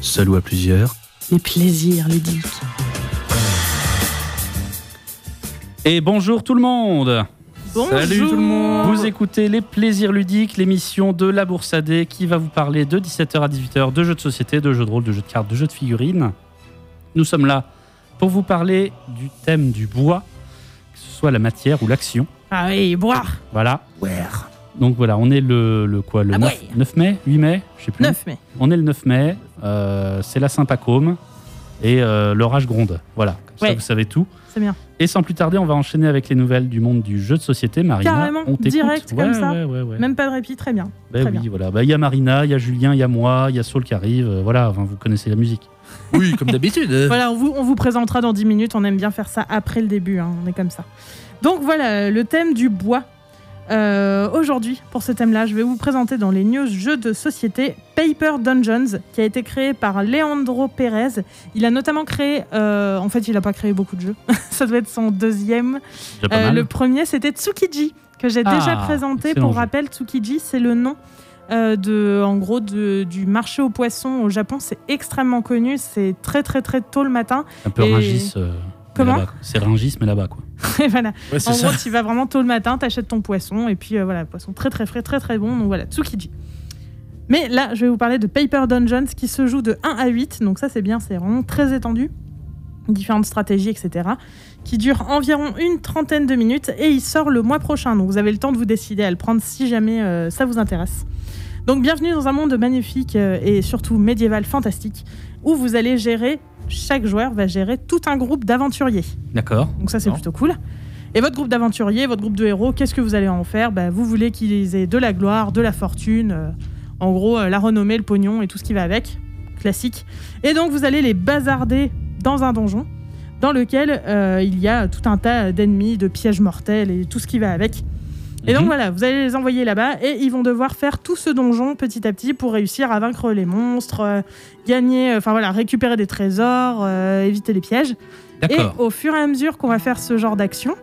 seul ou à plusieurs. Les plaisirs ludiques. Et bonjour tout le monde Bonjour Salut tout le monde Vous écoutez Les Plaisirs Ludiques, l'émission de La Boursadée qui va vous parler de 17h à 18h de jeux de société, de jeux de rôle, de jeux de cartes, de jeux de figurines. Nous sommes là pour vous parler du thème du bois, que ce soit la matière ou l'action. Ah oui, boire Voilà. Donc voilà, on est le, le quoi Le Ah 9, ouais. 9 mai 8 mai Je sais plus. 9 mai. On est le 9 mai, euh, c'est la Saint-Pacôme et euh, l'orage gronde. Voilà, comme ça Ouais. vous savez tout. C'est bien. Et sans plus tarder, on va enchaîner avec les nouvelles du monde du jeu de société. Marina, Carrément, on t'écoute. direct, Ouais, comme ça. ouais, ouais, ouais. Même pas de répit, très bien. Bah très oui, bien. voilà. Bah, Il y a Marina, il y a Julien, il y a moi, il y a Saul qui arrive. euh, voilà, enfin, vous connaissez la musique. Oui, comme d'habitude. Voilà, on vous, on vous présentera dans 10 minutes. On aime bien faire ça après le début. hein, on est comme ça. Donc voilà, le thème du bois. Euh, Aujourd'hui, pour ce thème-là, je vais vous présenter dans les news jeux de société Paper Dungeons, qui a été créé par Leandro Pérez. Il a notamment créé. euh, en fait, il n'a pas créé beaucoup de jeux. ça doit être son deuxième. Déjà pas Euh, mal. le premier, c'était Tsukiji, que j'ai Ah, déjà présenté. excellent Pour jeu. rappel, Tsukiji, c'est le nom euh, de, en gros, de- du marché aux poissons au Japon. C'est extrêmement connu. C'est très, très, très tôt le matin. Un peu et- Ringis. euh, mais Comment là-bas, quoi. C'est Ringis, mais là-bas, quoi. Et voilà. Ouais, En c'est gros, ça. tu vas vraiment tôt le matin, t'achètes ton poisson, et puis euh, voilà, poisson très très frais, très très bon, donc voilà, Tsukiji. Mais là, je vais vous parler de Paper Dungeons qui se joue de 1 à 8, donc ça c'est bien, c'est vraiment très étendu, différentes stratégies, etc., qui dure environ une trentaine de minutes, et il sort le mois prochain, donc vous avez le temps de vous décider à le prendre si jamais euh, ça vous intéresse. Donc bienvenue dans un monde magnifique euh, et surtout médiéval fantastique, où vous allez gérer, chaque joueur va gérer tout un groupe d'aventuriers. D'accord. Donc ça, c'est Non. plutôt cool. Et votre groupe d'aventuriers, votre groupe de héros, qu'est-ce que vous allez en faire Bah, Vous voulez qu'ils aient de la gloire, de la fortune, euh, en gros, euh, la renommée, le pognon et tout ce qui va avec. Classique. Et donc, vous allez les bazarder dans un donjon dans lequel euh, il y a tout un tas d'ennemis, de pièges mortels et tout ce qui va avec. Et donc Mhm. voilà, vous allez les envoyer là-bas et ils vont devoir faire tout ce donjon petit à petit pour réussir à vaincre les monstres, euh, gagner, euh, enfin voilà, récupérer des trésors, euh, éviter les pièges. Et D'accord. au fur et à mesure qu'on va faire ce genre d'action,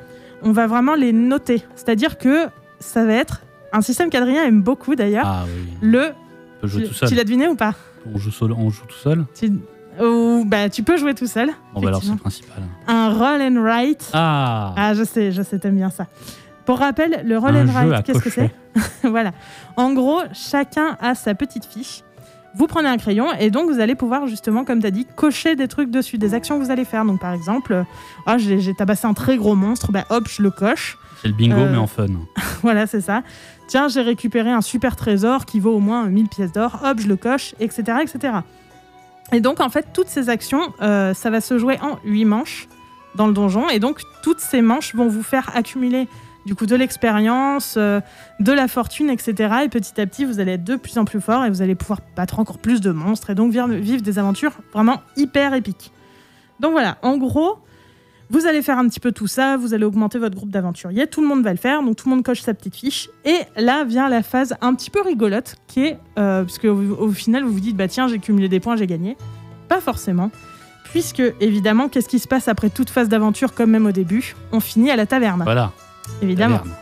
on va vraiment les noter. C'est-à-dire que ça va être un système qu'Adrien aime beaucoup d'ailleurs. Ah oui. Le. On peut jouer tout Tu, tu seul. l'as deviné ou pas On joue, solo- on joue tout seul tu, ou- bah, tu peux jouer tout seul. Bon, bah alors, c'est Effectivement. le principal. Un roll and write. Ah, Ah, je sais, je sais, t'aimes bien ça. Pour rappel, le roll Un and jeu à write, qu'est-ce que cocher. c'est Voilà. En gros, chacun a sa petite fiche. Vous prenez un crayon et donc vous allez pouvoir justement, comme tu as dit, cocher des trucs dessus, des actions que vous allez faire. Donc par exemple, euh, ah, j'ai j'ai tabassé un très gros monstre, bah hop, je le coche. C'est le bingo, Euh, mais en fun. voilà, c'est ça. Tiens, j'ai récupéré un super trésor qui vaut au moins 1000 pièces d'or, hop, je le coche, etc. etc. Et donc, en fait, toutes ces actions, euh, ça va se jouer en 8 manches dans le donjon. Et donc, toutes ces manches vont vous faire accumuler du coup de l'expérience, euh, de la fortune, etc. Et petit à petit, vous allez être de plus en plus fort et vous allez pouvoir battre encore plus de monstres et donc vivre, vivre des aventures vraiment hyper épiques. Donc voilà, en gros, vous allez faire un petit peu tout ça, vous allez augmenter votre groupe d'aventuriers, tout le monde va le faire, donc tout le monde coche sa petite fiche. Et là vient la phase un petit peu rigolote, qui est, euh, parce que au, au final vous vous dites, bah tiens, j'ai cumulé des points, j'ai gagné. Pas forcément, puisque évidemment, qu'est-ce qui se passe après toute phase d'aventure, comme même au début On finit à la taverne, Voilà. évidemment. Taverne.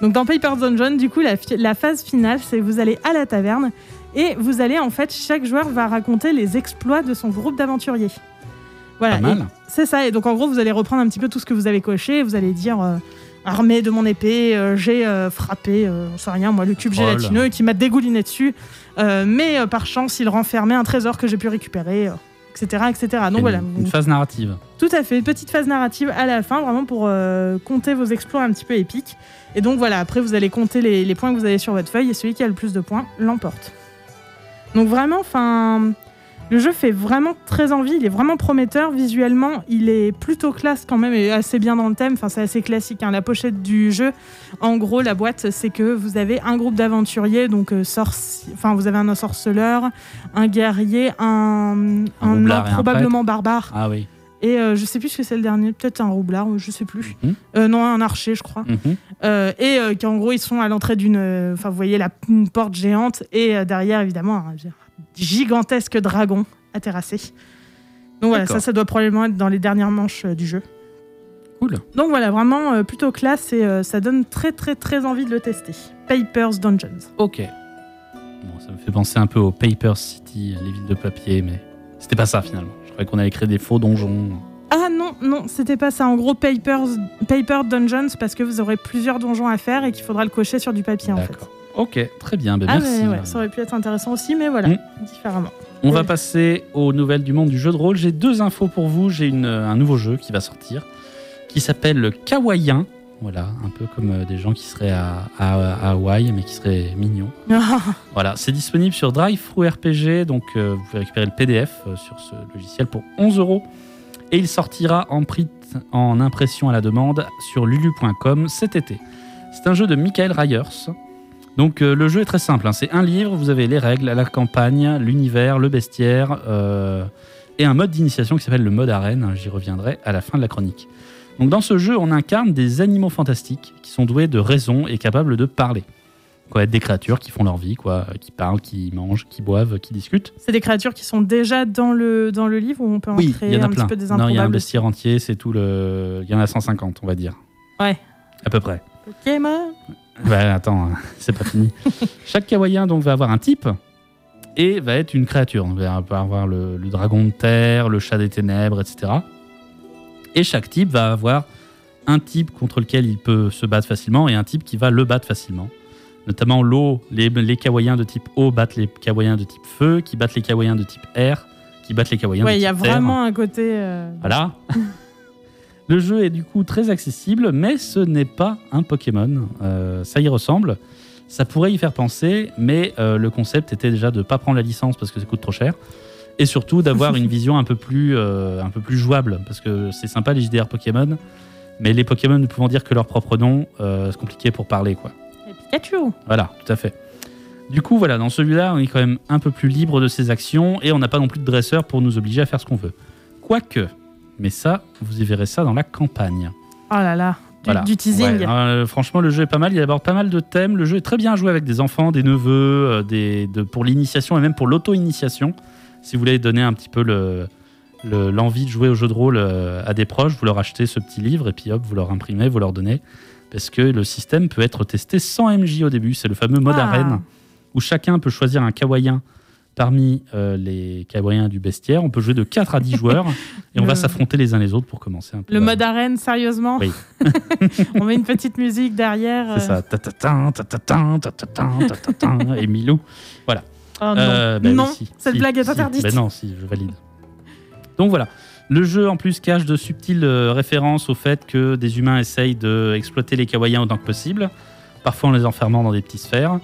Donc dans Paper Dungeon, du coup, la, fi- la phase finale, c'est vous allez à la taverne et vous allez en fait, chaque joueur va raconter les exploits de son groupe d'aventuriers. Voilà. Pas mal. Ah, Et C'est ça. Et donc en gros, vous allez reprendre un petit peu tout ce que vous avez coché. Vous allez dire. euh, Armé de mon épée, euh, j'ai euh, frappé, euh, on sait rien, moi, le cube Troll. gélatineux qui m'a dégouliné dessus. Euh, mais euh, par chance, il renfermait un trésor que j'ai pu récupérer, euh, etc., etc. Donc Une- voilà. Une phase narrative. Tout à fait, petite phase narrative à la fin, vraiment pour euh, compter vos exploits un petit peu épiques. Et donc voilà, après vous allez compter les, les points que vous avez sur votre feuille et celui qui a le plus de points l'emporte. Donc vraiment, enfin, le jeu fait vraiment très envie, il est vraiment prometteur visuellement, il est plutôt classe quand même et assez bien dans le thème, enfin c'est assez classique. hein. La pochette du jeu, en gros, la boîte, c'est que vous avez un groupe d'aventuriers, donc euh, sorci- enfin vous avez un sorceleur, un guerrier, un, Un roublard et un probablement barbare. Ah oui. Et euh, je sais plus ce que c'est le dernier, peut-être un roublard, ou je sais plus. Mhm. Euh, non, un archer, je crois. Mhm. Euh, et euh, qu'en gros, ils sont à l'entrée d'une. euh, Enfin, vous voyez la une porte géante, et euh, derrière, évidemment, un gigantesque dragon à terrasser. Donc voilà, D'accord. ça, ça doit probablement être dans les dernières manches euh, du jeu. Cool. Donc voilà, vraiment euh, plutôt classe, et euh, ça donne très, très, très envie de le tester. Papers Dungeons. Ok. Bon, ça me fait penser un peu au Paper City, les villes de papier, mais C'était pas ça finalement. Je croyais qu'on allait créer des faux donjons. Ah non, non, c'était pas ça. En gros, Papers, Paper Dungeons, parce que vous aurez plusieurs donjons à faire et qu'il faudra le cocher sur du papier en fait. D'accord. Ok, très bien. ben Ah merci. mais ouais, Marie. ça aurait pu être intéressant aussi, mais voilà, Mm. différemment. On va Ouais. passer aux nouvelles du monde du jeu de rôle. J'ai deux infos pour vous. J'ai une- un nouveau jeu qui va sortir qui s'appelle le Kawaïen. Voilà, un peu comme euh, des gens qui seraient à, à- à Hawaï, mais qui seraient mignons. Voilà, c'est disponible sur Drive-Thru RPG, donc euh, vous pouvez récupérer le PDF euh, sur ce logiciel pour 11 euros. Et il sortira en, print, en impression à la demande sur lulu.com cet été. C'est un jeu de Michael Ryers. Donc euh, le jeu est très simple, hein. c'est un livre, vous avez les règles, la campagne, l'univers, le bestiaire, euh, et un mode d'initiation qui s'appelle le mode arène, hein. j'y reviendrai à la fin de la chronique. Donc dans ce jeu, on incarne des animaux fantastiques qui sont doués de raison et capables de parler. Quoi, être des créatures qui font leur vie, quoi, euh, qui parlent, qui mangent, qui boivent, qui discutent. C'est des créatures qui sont déjà dans le, dans le livre où on peut en il créer y en a un plein. petit peu des Non, il y a un improbables. bestiaire entier, c'est tout le. Il y en a 150, on va dire. Ouais. À peu près. Pokémon. Bah attends, c'est pas fini. Chaque kawaïen donc va avoir un type et va être une créature. On va avoir le, le dragon de terre, le chat des ténèbres, etc. Et chaque type va avoir un type contre lequel il peut se battre facilement et un type qui va le battre facilement. Notamment l'eau, les, les kawaïens de type eau battent les kawaïens de type feu, qui battent les kawaïens de type air, qui battent les kawaïens Ouais, de il y type a terre. vraiment un côté. euh, Voilà. le jeu est du coup très accessible, mais ce n'est pas un Pokémon. Euh, ça y ressemble. Ça pourrait y faire penser, mais euh, le concept était déjà de ne pas prendre la licence parce que ça coûte trop cher. Et surtout d'avoir une vision un peu, plus, euh, un peu plus jouable. Parce que c'est sympa les JDR Pokémon, mais les Pokémon ne pouvant dire que leur propre nom, euh, c'est compliqué pour parler. quoi. et Pikachu. Oh Voilà, tout à fait. Du coup, voilà, dans celui-là, on est quand même un peu plus libre de ses actions et on n'a pas non plus de dresseur pour nous obliger à faire ce qu'on veut. Quoique, mais ça, vous y verrez ça dans la campagne. Oh là là. Du, Voilà. du teasing. Ouais, euh, franchement, le jeu est pas mal. Il aborde pas mal de thèmes. Le jeu est très bien joué avec des enfants, des neveux, euh, des, de- pour l'initiation et même pour l'auto-initiation. Si vous voulez donner un petit peu le- le- l'envie de jouer au jeu de rôle euh, à des proches, vous leur achetez ce petit livre et puis hop, vous leur imprimez, vous leur donnez. Parce que le système peut être testé sans MJ au début. C'est le fameux mode Ah. arène où chacun peut choisir un kawaïen parmi euh, les kawaïens du bestiaire. On peut jouer de 4 à 10 joueurs et on va Le- s'affronter les uns les autres pour commencer un peu. Le la- mode arène, sérieusement. Bah. Oui. on met une petite musique derrière. C'est euh, ça. Ta-ta-tin, ta-ta-tin, ta-ta-tin, ta-ta-tin, Et Milou. oh non. Euh, bah oui, Non, si, cette si, blague est si. interdite. Bah non, si, je valide. Donc voilà. Le jeu en plus cache de subtiles euh, références au fait que des humains essayent d'exploiter les Kawaïens autant que possible, parfois en les enfermant dans des petites sphères.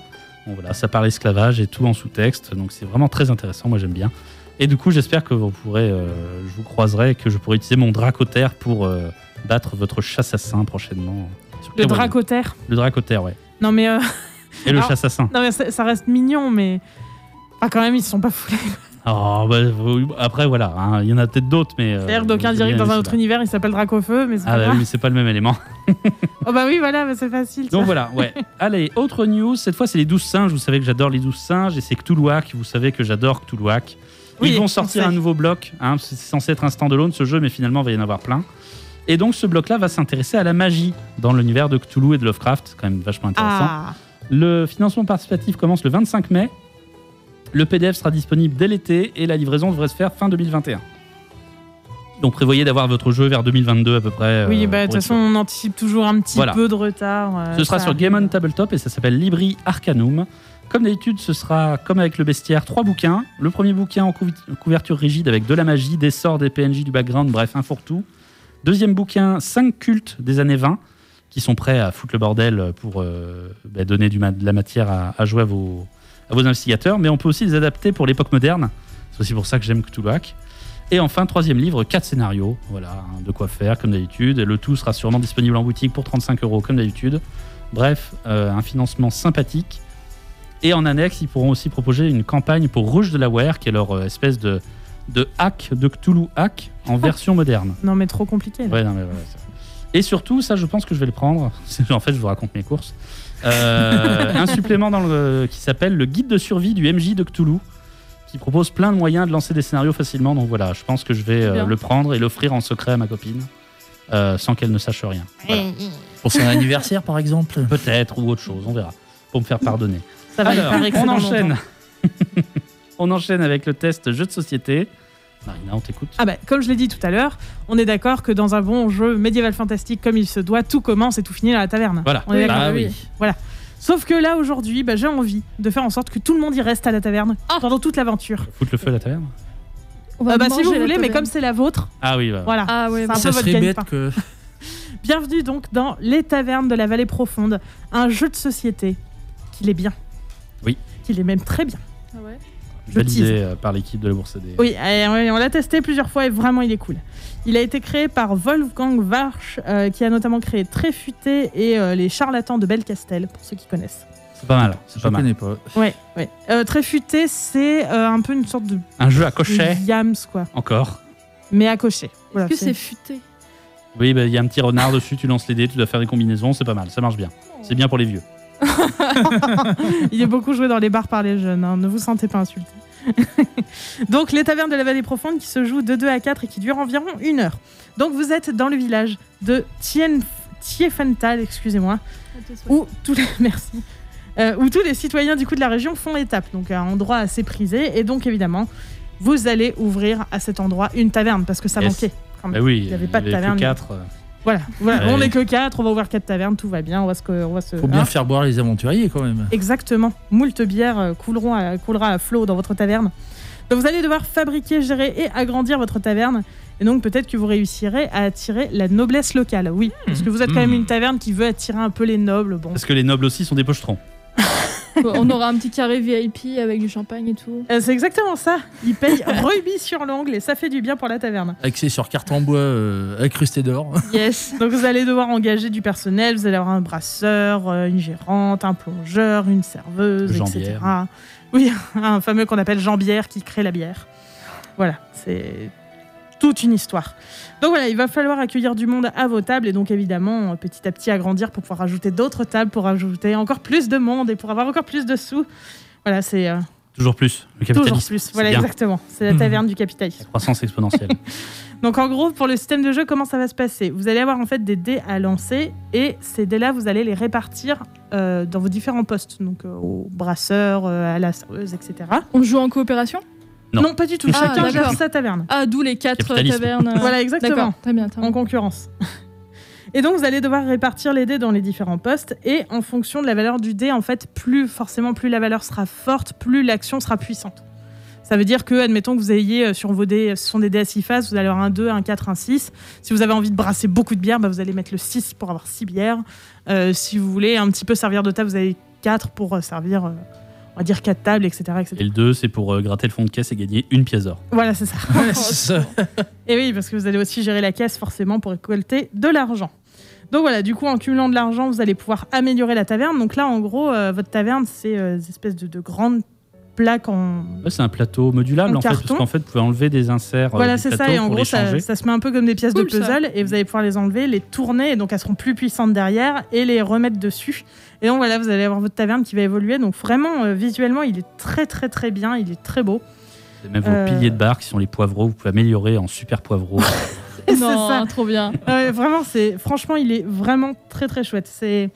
Bon voilà, ça parle esclavage et tout en sous-texte, donc c'est vraiment très intéressant, moi j'aime bien. Et du coup, j'espère que vous pourrez, euh, je vous croiserai, et que je pourrai utiliser mon dracotaire pour euh, battre votre chassassin prochainement. sur le Kawaïen. dracotaire. Le dracotaire, ouais. Non mais, euh, Et le Alors- chassassin. non mais ça, ça reste mignon, mais. Ah, quand même, ils se sont pas foulés. Oh, bah, vous- après, voilà, hein, il y en a peut-être d'autres, mais. euh, D'ailleurs, d'aucuns j'ai diraient que bien dans un aimé autre celui-là. univers, il s'appelle Dracofeu, mais c'est pas Ah, bah oui, grave. mais c'est pas le même élément. Oh bah oui, voilà, bah c'est facile. Donc ça. voilà, ouais. Allez, autre news. Cette fois, c'est les 12 singes. Vous savez que j'adore les 12 singes et c'est Cthulhuac. Vous savez que j'adore Cthulhuac. Ils Oui, vont on sortir sait. un nouveau bloc. hein, c'est censé être un standalone ce jeu, mais finalement, il va y en avoir plein. Et donc, ce bloc-là va s'intéresser à la magie dans l'univers de Cthulhu et de Lovecraft. C'est quand même vachement intéressant. Ah, Le financement participatif commence le 25 mai. Le PDF sera disponible dès l'été et la livraison devrait se faire fin 2021. Donc prévoyez d'avoir votre jeu vers 2022 à peu près. oui, euh, bah de pour toute être façon, sûr. on anticipe toujours un petit Voilà. peu de retard. euh, Ce sera ça sur arrive. Game On Tabletop et ça s'appelle Libri Arcanum. Comme d'habitude, ce sera, comme avec le bestiaire, trois bouquins. Le premier bouquin en couvi- couverture rigide avec de la magie, des sorts, des PNJ, du background, bref, un fourre-tout. Deuxième bouquin, cinq cultes des années 20 qui sont prêts à foutre le bordel pour euh, bah, donner du ma- de la matière à, à jouer à vos, à vos investigateurs. Mais on peut aussi les adapter pour l'époque moderne. C'est aussi pour ça que j'aime Cthulhuac. Et enfin, troisième livre, quatre scénarios. Voilà, hein, de quoi faire, comme d'habitude. Le tout sera sûrement disponible en boutique pour 35 euros, comme d'habitude. Bref, euh, un financement sympathique. Et en annexe, ils pourront aussi proposer une campagne pour Rouge de la Ware, qui est leur euh, espèce de, de hack, de Cthulhu hack, en version moderne. Non, mais trop compliqué. là. Ouais, non, mais voilà, ça. Et surtout, ça, je pense que je vais le prendre. C'est- En fait, je vous raconte mes courses. Euh, un supplément dans le, qui s'appelle le guide de survie du MJ de Cthulhu, qui propose plein de moyens de lancer des scénarios facilement. Donc voilà, je pense que je vais euh, bien. le prendre et l'offrir en secret à ma copine, euh, sans qu'elle ne sache rien. Voilà. Eh, Pour son anniversaire, par exemple. Peut-être, ou autre chose, on verra, pour me faire pardonner. Ça va il Alors, paraît que c'est on dans enchaîne. longtemps. on enchaîne avec le test jeu de société. Marina, on t'écoute. Ah bah, comme je l'ai dit tout à l'heure, on est d'accord que dans un bon jeu médiéval fantastique comme il se doit, tout commence et tout finit à la taverne. Voilà. Ah On est Bah d'accord. oui. Sauf que là, aujourd'hui, bah, j'ai envie de faire en sorte que tout le monde y reste à la taverne Ah. pendant toute l'aventure. Foutre le feu à la taverne On va Ah bah, si manger vous la voulez, mais taverne. comme c'est la vôtre, Ah oui, bah, voilà. Ah C'est ouais, un bah. peu Ça votre serait gagne-pain. bête que. Bienvenue donc dans Les Tavernes de la Vallée Profonde, un jeu de société qu'il est bien. Oui. Qu'il est même très bien. Ah ouais. je tease. validé euh, par l'équipe de la Bourse AD. Oui, et on- et on l'a testé plusieurs fois et vraiment il est cool. Il a été créé par Wolfgang Warsch, euh, qui a notamment créé Tréfuté et euh, Les Charlatans de Belcastel, pour ceux qui connaissent. C'est pas mal, c'est Je pas mal. connais pas. Ouais, ouais. Euh, Tréfuté, c'est euh, un peu une sorte de Un jeu à cocher, Yams, quoi, encore. mais à cocher. Voilà, Est-ce que c'est- c'est futé Oui, bah, il y a un petit renard dessus, tu lances les dés, tu dois faire des combinaisons, c'est pas mal, ça marche bien. C'est bien pour les vieux. Il est beaucoup joué dans les bars par les jeunes, hein, ne vous sentez pas insulté. Donc les tavernes de la vallée profonde qui se jouent de 2 à 4 et qui durent environ une heure. Donc vous êtes dans le village de Tien- Tiefenthal, excusez-moi, où tous les merci Euh, où tous les citoyens du coup de la région font étape donc un endroit assez prisé et donc évidemment vous allez ouvrir à cet endroit une taverne parce que ça Yes. manquait quand Bah Ah même. oui, Il y avait pas de que taverne. quatre, euh, voilà, voilà, Ouais. on n'est que quatre on va ouvrir quatre tavernes tout va bien on va se co- on va se Faut hein. bien faire boire les aventuriers quand même. Exactement. Moult bières euh, couleront à- coulera à flot dans votre taverne. Donc vous allez devoir fabriquer, gérer et agrandir votre taverne. Et donc peut-être que vous réussirez à attirer la noblesse locale. Oui, parce que vous êtes quand même Mmh. une taverne qui veut attirer un peu les nobles. Bon. Parce que les nobles aussi sont des pochetrons. euh, On aura un petit carré VIP avec du champagne et tout. Euh, C'est exactement ça. Ils payent rubis sur l'ongle et ça fait du bien pour la taverne. Axé sur carte en bois euh, incrustée d'or. Yes. Donc vous allez devoir engager du personnel. Vous allez avoir un brasseur, euh, une gérante, un plongeur, une serveuse, etc. Jambière. Oui, un fameux qu'on appelle jambière qui crée la bière. Voilà, c'est toute une histoire. Donc voilà, il va falloir accueillir du monde à vos tables et donc évidemment euh, petit à petit agrandir pour pouvoir ajouter d'autres tables, pour ajouter encore plus de monde et pour avoir encore plus de sous. Voilà, c'est euh, Toujours plus, le toujours capitalisme. plus. c'est Voilà, bien. Mmh. exactement. C'est la taverne du capitalisme. La croissance exponentielle. Donc en gros, pour le système de jeu, comment ça va se passer Vous allez avoir en fait des dés à lancer et ces dés-là, vous allez les répartir euh, dans vos différents postes, donc euh, au brasseur, euh, à la serveuse, etc. On joue en coopération Non. pas du tout. Ah, Chacun gère d'accord. sa taverne. Ah, d'où les quatre euh, Capitalisme. tavernes. euh, Voilà, exactement. D'accord, très bien. très bien. En concurrence. Et donc, vous allez devoir répartir les dés dans les différents postes et en fonction de la valeur du dé, en fait, plus forcément, plus la valeur sera forte, plus l'action sera puissante. Ça veut dire que, admettons que vous ayez euh, sur vos dés, ce sont des dés à 6 faces, vous allez avoir un 2, un 4, un 6. Si vous avez envie de brasser beaucoup de bière, bah, vous allez mettre le 6 pour avoir 6 bières. Euh, si vous voulez un petit peu servir de table, vous avez 4 pour euh, servir, euh, on va dire 4 tables, etc. etc. et le 2, c'est pour euh, gratter le fond de caisse et gagner une pièce d'or. Voilà, c'est ça. Ouais, c'est ça. Et oui, parce que vous allez aussi gérer la caisse forcément pour récolter de l'argent. Donc voilà, du coup, en cumulant de l'argent, vous allez pouvoir améliorer la taverne. Donc là, en gros, euh, votre taverne, c'est euh, des espèces de, de grandes plaques en... Ouais, c'est un plateau modulable En en, fait, carton. parce qu'en fait, vous pouvez enlever des inserts. euh, Voilà, du c'est ça. plateau Et en pour gros, les ça, changer. ça se met un peu comme des pièces de Cool, ça. puzzle. Et vous allez pouvoir les enlever, les tourner. Et donc, elles seront plus puissantes derrière et les remettre dessus. Et donc, voilà, vous allez avoir votre taverne qui va évoluer. Donc, vraiment, euh, visuellement, il est très, très, très bien. Il est très beau. Et Même euh, vos piliers de bar qui sont les poivreaux, vous pouvez améliorer en super poivreaux. C'est Non, ça. trop bien. Ouais, vraiment, c'est franchement, il est vraiment très très chouette. C'est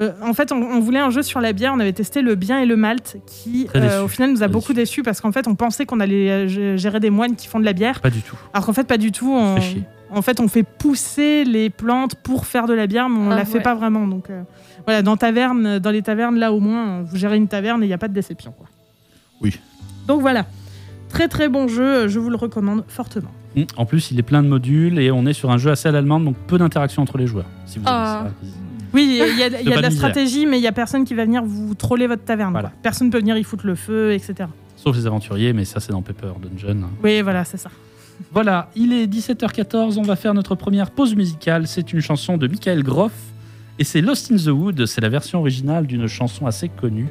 euh, en fait, on, on voulait un jeu sur la bière. On avait testé le bien et le malt, qui euh, Très déçu. au final nous a Très beaucoup déçus parce qu'en fait, on pensait qu'on allait euh, g- gérer des moines qui font de la bière, pas du tout. alors qu'en fait, pas du tout. Ça On, fait chier. en fait, on fait pousser les plantes pour faire de la bière, mais on Ah, la fait ouais. pas vraiment. Donc euh, voilà, dans taverne, dans les tavernes, là au moins, euh, vous gérez une taverne et il n'y a pas de déception. Quoi. Oui. Donc voilà, très très bon jeu. Je vous le recommande fortement. Mm. En plus, il est plein de modules et on est sur un jeu assez à l'allemande, donc peu d'interaction entre les joueurs. Si vous Oh. aimez Ah. ça. Oui, il y a, il y a de pas de la misère. stratégie, mais il y a personne qui va venir vous troller votre taverne. Voilà. quoi. Personne peut venir y foutre le feu, etc. Sauf les aventuriers, mais ça, c'est dans Paper Dungeon. hein. Oui, voilà, c'est ça. Voilà, il est 17h14, on va faire notre première pause musicale. C'est une chanson de Michael Groff et c'est Lost in the Wood. C'est la version originale d'une chanson assez connue.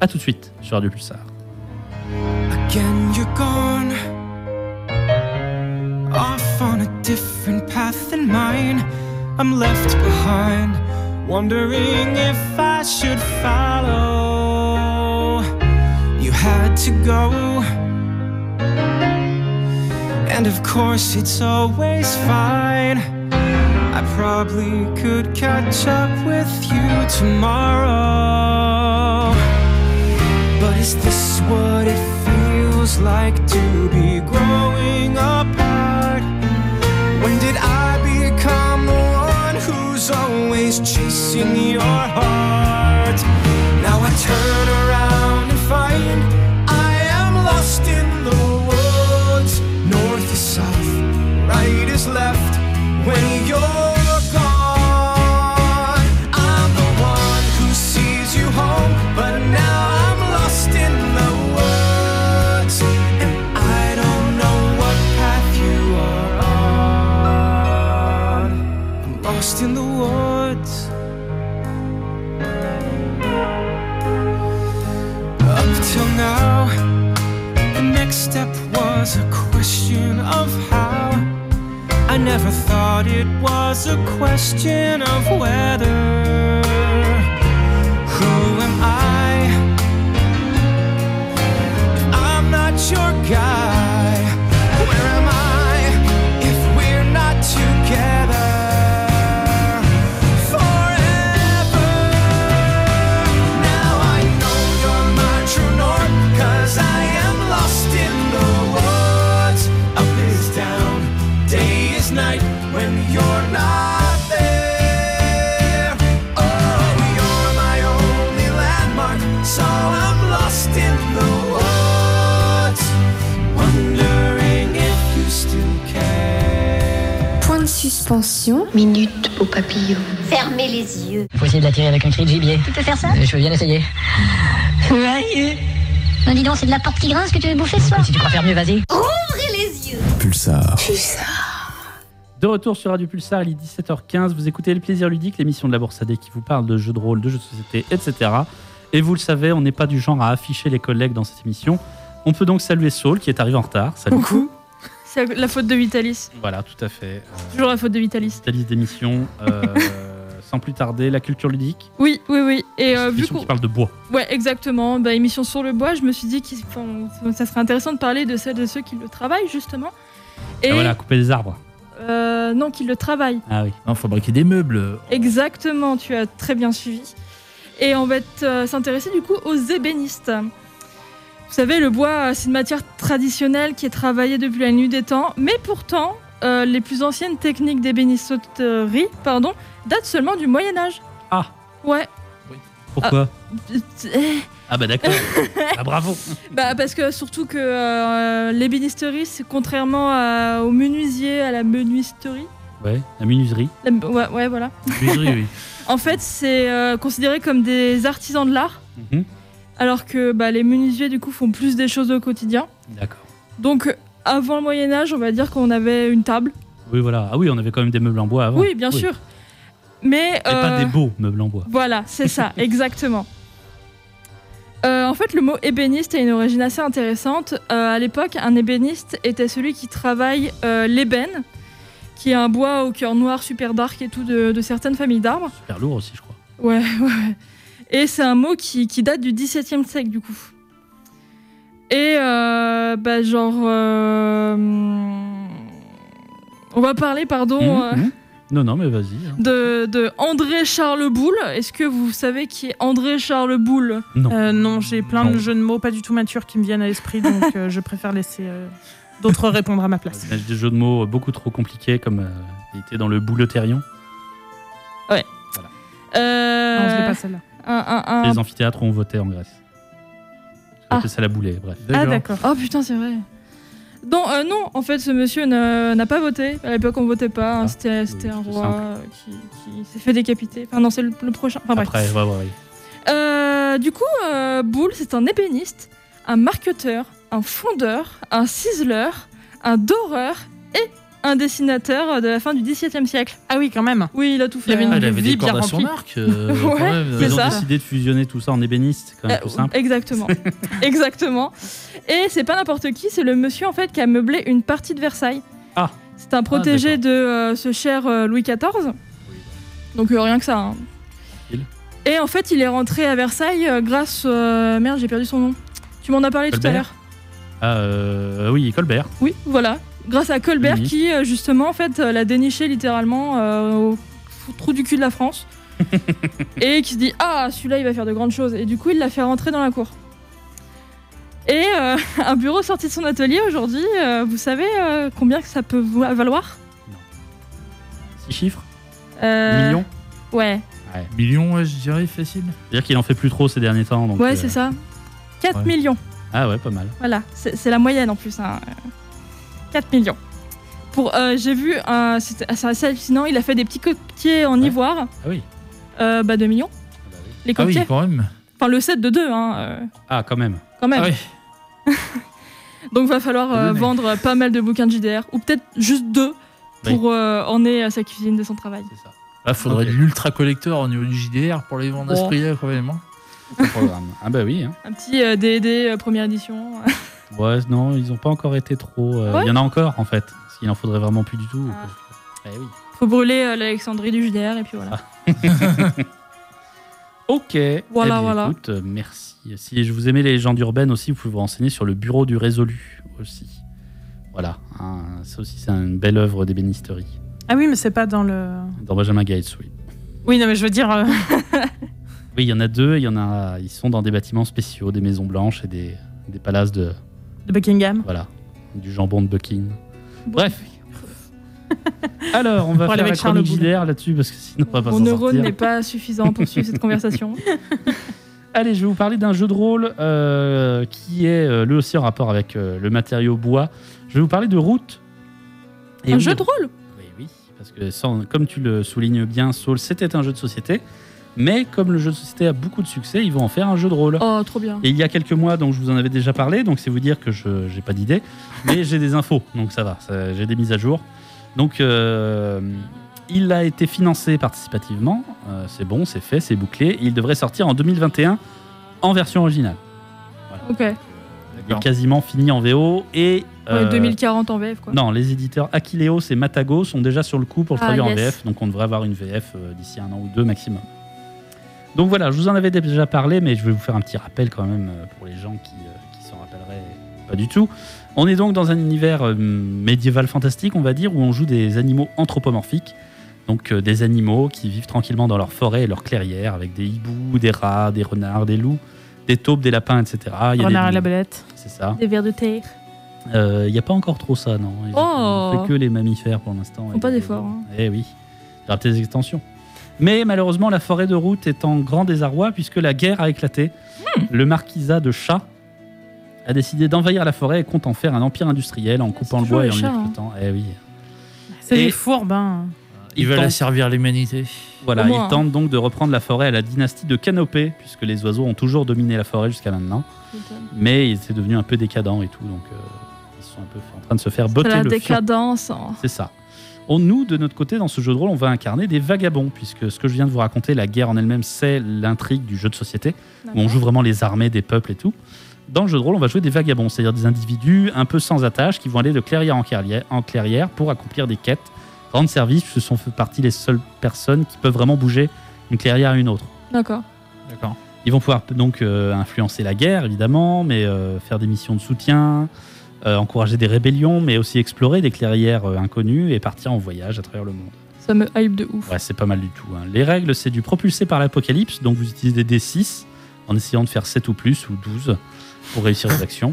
A tout de suite sur Radio Pulsar. Again, you're gone. Off on a different path than mine. I'm left behind, wondering if I should follow. You had to go. And of course, it's always fine. I probably could catch up with you tomorrow. But is this what it feels like to be growing apart. When did I become the one who's always chasing your heart? Now I turn around and find I am lost in the woods. North is south, right is left. When you're gone, I'm the one who sees you home, but now I'm lost in the woods, and I don't know what path you are on. I'm lost in the woods. Up till now, the next step was a question of how. I never thought it was a question of whether. Who am I? If I'm not your guy, where am I if we're not together? Forever. Now I know you're my true north, 'cause I am lost in the woods. Up is down, day is night when you're not there. Oh, you're my only landmark, so I'm lost in the woods. Wondering if you still care. Point de suspension. Minute au papillon. Fermez les yeux. Faut essayer de la tirer avec un cri de gibier. Tu peux faire ça Euh, Je veux bien essayer. Non, dis donc, c'est de la porte qui grince que tu veux bouffer ce soir. Si tu crois faire mieux, vas-y. Fermez les yeux. Pulsar. De retour sur Radio Pulsar, il est 17h15. Vous écoutez Le Plaisir Ludique, l'émission de la Bourse AD qui vous parle de jeux de rôle, de jeux de société, etc. Et vous le savez, on n'est pas du genre à afficher les collègues dans cette émission. On peut donc saluer Saul qui est arrivé en retard. Salut. C'est la faute de Vitalis. Voilà, tout à fait. Toujours la faute de Vitalis. Cette liste d'émissions, euh, sans plus tarder, la culture ludique. Oui, oui, oui. Et euh, cette vu émission qu'on. qui parle de bois. Ouais, exactement. Bah, émission sur le bois, je me suis dit que ça serait intéressant de parler de celles et ceux qui le travaillent, justement. Et Ah, voilà, couper des arbres. euh, non, qui le travaillent. Ah oui. Non, fabriquer des meubles. Ah, Exactement, tu as très bien suivi. Et on va être, euh, s'intéresser du coup aux ébénistes. Vous savez, le bois, euh, c'est une matière traditionnelle qui est travaillée depuis la nuit des temps, mais pourtant, euh, les plus anciennes techniques d'ébénisterie pardon, datent seulement du Moyen Âge. Ah. Ouais. Eh, Pourquoi Ah bah d'accord. ah bravo. Bah, parce que surtout que euh, l'ébénisterie, c'est contrairement à- au menuisier, à la menuisterie. Ouais, la menuiserie. la- ouais, ouais, voilà. Menuiserie, oui. En fait, c'est euh, considéré comme des artisans de l'art, Mhm. alors que bah, les menuisiers, du coup, font plus des choses au quotidien. D'accord. Donc, avant le Moyen-Âge, on va dire qu'on avait une table. Oui voilà. Ah oui, on avait quand même des meubles en bois avant. oui, bien sûr. Mais. Et pas euh, des beaux meubles en bois. Voilà, c'est ça, exactement. Euh, en fait, le mot ébéniste a une origine assez intéressante. Euh, à l'époque, un ébéniste était celui qui travaille euh, l'ébène, qui est un bois au cœur noir super dark et tout de, de certaines familles d'arbres. Super lourd aussi, je crois. Ouais, ouais. ouais. Et c'est un mot qui, qui date du XVIIe siècle, du coup. Et, euh, bah, genre. euh, on va parler, pardon. Mhm, euh, mhm. Non, non, mais vas-y. hein. de, de André Charles Boulle. Est-ce que vous savez qui est André Charles Boulle Euh, non, j'ai plein Non. de jeux de mots pas du tout matures qui me viennent à l'esprit, donc euh, je préfère laisser euh, d'autres répondre à ma Bah, place. J'ai des jeux de mots beaucoup trop compliqués, comme euh, il était dans le bouleterion. Euh, Non, je l'ai pas celle-là. un- un- un- Les amphithéâtres où on votait en Grèce. Ah. C'était ça la boulet, bref. Ah d'accord. Oh putain, c'est vrai. Non, euh, non, en fait, ce monsieur n'a n'a pas voté. À l'époque, on votait pas. hein. Ah, C'était c'était oui, un c'est roi simple. euh, qui, qui s'est fait décapiter. Enfin, non, c'est le, le prochain. Enfin, bref. Après, ouais, ouais, ouais. Euh, du coup, euh, Boulle, c'est un ébéniste, un marqueteur, un fondeur, un ciseleur, un doreur et un dessinateur de la fin du XVIIe siècle. Ah oui, quand même. Oui, il a tout fait. Il avait une Ah, il avait vie des bien cordes à son remplie. arc. euh, quand Ouais, même. c'est Ils ont ça. décidé de fusionner tout ça en ébéniste, Ah, c'est quand même Euh, plus simple. Exactement. exactement. Et c'est pas n'importe qui, c'est le monsieur en fait qui a meublé une partie de Versailles. Ah. C'est un protégé de euh, ce cher euh, Louis XIV. Donc euh, rien que ça. hein. Il. Et en fait, il est rentré à Versailles euh, grâce. euh, merde, j'ai perdu son nom. Tu m'en as parlé tout à Colbert l'heure. Ah, euh, oui, Colbert. Oui, voilà. Grâce à Colbert Oui. qui, euh, justement, en fait, euh, l'a déniché littéralement euh, au f- trou du cul de la France. et qui se dit Ah, celui-là, il va faire de grandes choses. Et du coup, il l'a fait rentrer dans la cour. Et euh, un bureau sorti de son atelier aujourd'hui, euh, vous savez euh, combien que ça peut vous- valoir Six chiffres Euh, Millions Ouais, Millions, ouais, je dirais, facile. C'est-à-dire qu'il en fait plus trop ces derniers temps. donc, ouais euh, c'est ça. 4 ouais. millions, Ah ouais, pas mal. voilà. C'est c'est la moyenne en plus. hein. Euh, 4 millions. Pour, euh, J'ai vu, un- c'était assez assez hallucinant, il a fait des petits coquetiers en Ouais. ivoire, Ah oui. euh, bah 2 millions. Les Ah oui, coquetiers, quand même. enfin le set de 2, hein, euh, Ah, quand même. quand même. Ah oui. Donc va falloir euh, Donné. vendre pas mal de bouquins de JDR, ou peut-être juste deux Oui. pour euh, emmener à sa cuisine de son travail. C'est ça. Bah, faudrait Ok. de l'ultra collecteur au niveau du JDR pour les vendre à ce Oh. prix-là, quand même. hein. Le programme. ah bah oui. hein. Un petit euh, D&D euh, première édition. Ouais, non, ils n'ont pas encore été trop. euh, Il Ah Ouais. y en a encore, en fait. Parce qu'il en faudrait vraiment plus du tout. Ah. Eh oui. Faut brûler euh, l'Alexandrie du JDR et puis voilà. Ah, Ok. Eh Voilà, bien, voilà. Écoute, euh, merci. Si je vous aimez les gens d'urbaine aussi, vous pouvez vous renseigner sur le bureau du résolu aussi. Voilà. hein, ça aussi, c'est une belle œuvre d'ébénisterie. Ah oui, mais c'est pas dans le. Dans Benjamin Gates, oui. Oui, non, mais je veux dire. euh, Oui, il y en a deux. Il y en a. Ils sont dans des bâtiments spéciaux, des maisons blanches et des, des palaces de. de Buckingham. Voilà. Du jambon de Bucking. Bref. Alors, on va Pour aller faire la avec Charles chronique Boulet. JDR là-dessus parce que sinon on va pas Mon s'en neurone sortir. n'est pas suffisant pour suivre cette conversation. Allez, je vais vous parler d'un jeu de rôle euh, qui est euh, lui aussi en rapport avec euh, le matériau bois. Je vais vous parler de Route. Et Un oui, jeu de rôle Oui, oui, parce que sans- comme tu le soulignes bien, Saul, c'était un jeu de société. Mais comme le jeu de société a beaucoup de succès, ils vont en faire un jeu de rôle. Oh, trop bien. Et il y a quelques mois, donc je vous en avais déjà parlé, donc c'est vous dire que je n'ai pas d'idée, mais j'ai des infos, donc ça va, ça- j'ai des mises à jour. Donc euh, il a été financé participativement, euh, c'est bon, c'est fait, c'est bouclé, il devrait sortir en 2021 en version originale. Ok. Ouais, Il est quasiment fini en VO et... euh, 2040 en VF quoi. Non, les éditeurs Aquileos et Matago sont déjà sur le coup pour le Ah, traduire en yes. VF, donc on devrait avoir une VF euh, d'ici un an ou deux maximum. Donc voilà, je vous en avais déjà parlé, mais je vais vous faire un petit rappel quand même euh, pour les gens qui, euh, qui s'en rappelleraient pas du tout. On est donc dans un univers euh, médiéval fantastique, on va dire, où on joue des animaux anthropomorphiques, donc euh, des animaux qui vivent tranquillement dans leurs forêts et leurs clairières, avec des hiboux, des rats, des renards, des loups, des taupes, des lapins, etc. Il y a Renard et des- la belette. C'est ça. Des vers de terre. Il n'y Euh, a pas encore trop ça, non. Ils Oh. ont fait que les mammifères pour l'instant. Font pas Et- d'efforts, hein. Eh oui, il y aura des extensions. Mais malheureusement, la forêt de route est en grand désarroi puisque la guerre a éclaté. Hmm. Le marquisat de Chat a décidé d'envahir la forêt et compte en faire un empire industriel en coupant le toujours bois et les en chats, hein. exploitant. Eh oui. C'est Et- des fourbes, hein. Ils veulent Tant- asservir l'humanité. Voilà, Au moins, il hein. tente donc de reprendre la forêt à la dynastie de Canopée puisque les oiseaux ont toujours dominé la forêt jusqu'à maintenant. Mais ils étaient devenus un peu décadents et tout, donc euh, ils sont un peu en train de se faire C'est botter la le fion. décadence. hein. C'est ça. On, nous, de notre côté, dans ce jeu de rôle, on va incarner des vagabonds, puisque ce que je viens de vous raconter, la guerre en elle-même, c'est l'intrigue du jeu de société, où on joue vraiment les armées des peuples et tout. Dans le jeu de rôle, on va jouer des vagabonds, c'est-à-dire des individus un peu sans attache qui vont aller de clairière en clairière, en clairière pour accomplir des quêtes, rendre service, ce sont fait partie les seules personnes qui peuvent vraiment bouger une clairière à une autre. D'accord. D'accord. Ils vont pouvoir donc euh, influencer la guerre, évidemment, mais euh, faire des missions de soutien, euh, encourager des rébellions, mais aussi explorer des clairières euh, inconnues et partir en voyage à travers le monde. Ça me hype de ouf. Ouais, c'est pas mal du tout. hein. Les règles, c'est du propulsé par l'apocalypse, donc vous utilisez des D6 en essayant de faire 7 ou plus, ou 12, pour réussir les actions.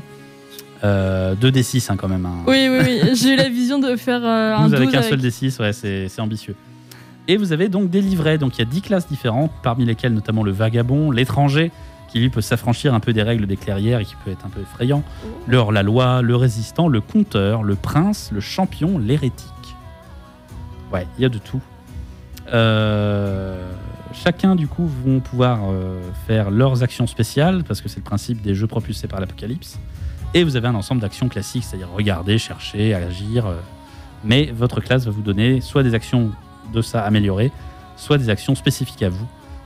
Euh, 2 D6 hein, quand même. hein. Oui, oui, oui. J'ai eu la vision de faire euh, un Vous avez 12 qu'un avec- seul D6, ouais, c'est c'est ambitieux. Et vous avez donc des livrets, donc il y a 10 classes différentes, parmi lesquelles notamment le vagabond, l'étranger, qui lui peut s'affranchir un peu des règles des clairières et qui peut être un peu effrayant, Oh. le hors-la-loi, le résistant, le conteur, le prince, le champion, l'hérétique. Ouais, il y a de tout. Euh, chacun, du coup, vont pouvoir euh, faire leurs actions spéciales, parce que c'est le principe des jeux propulsés par l'apocalypse. Et vous avez un ensemble d'actions classiques, c'est-à-dire regarder, chercher, agir, euh, mais votre classe va vous donner soit des actions de ça améliorées, soit des actions spécifiques à vous,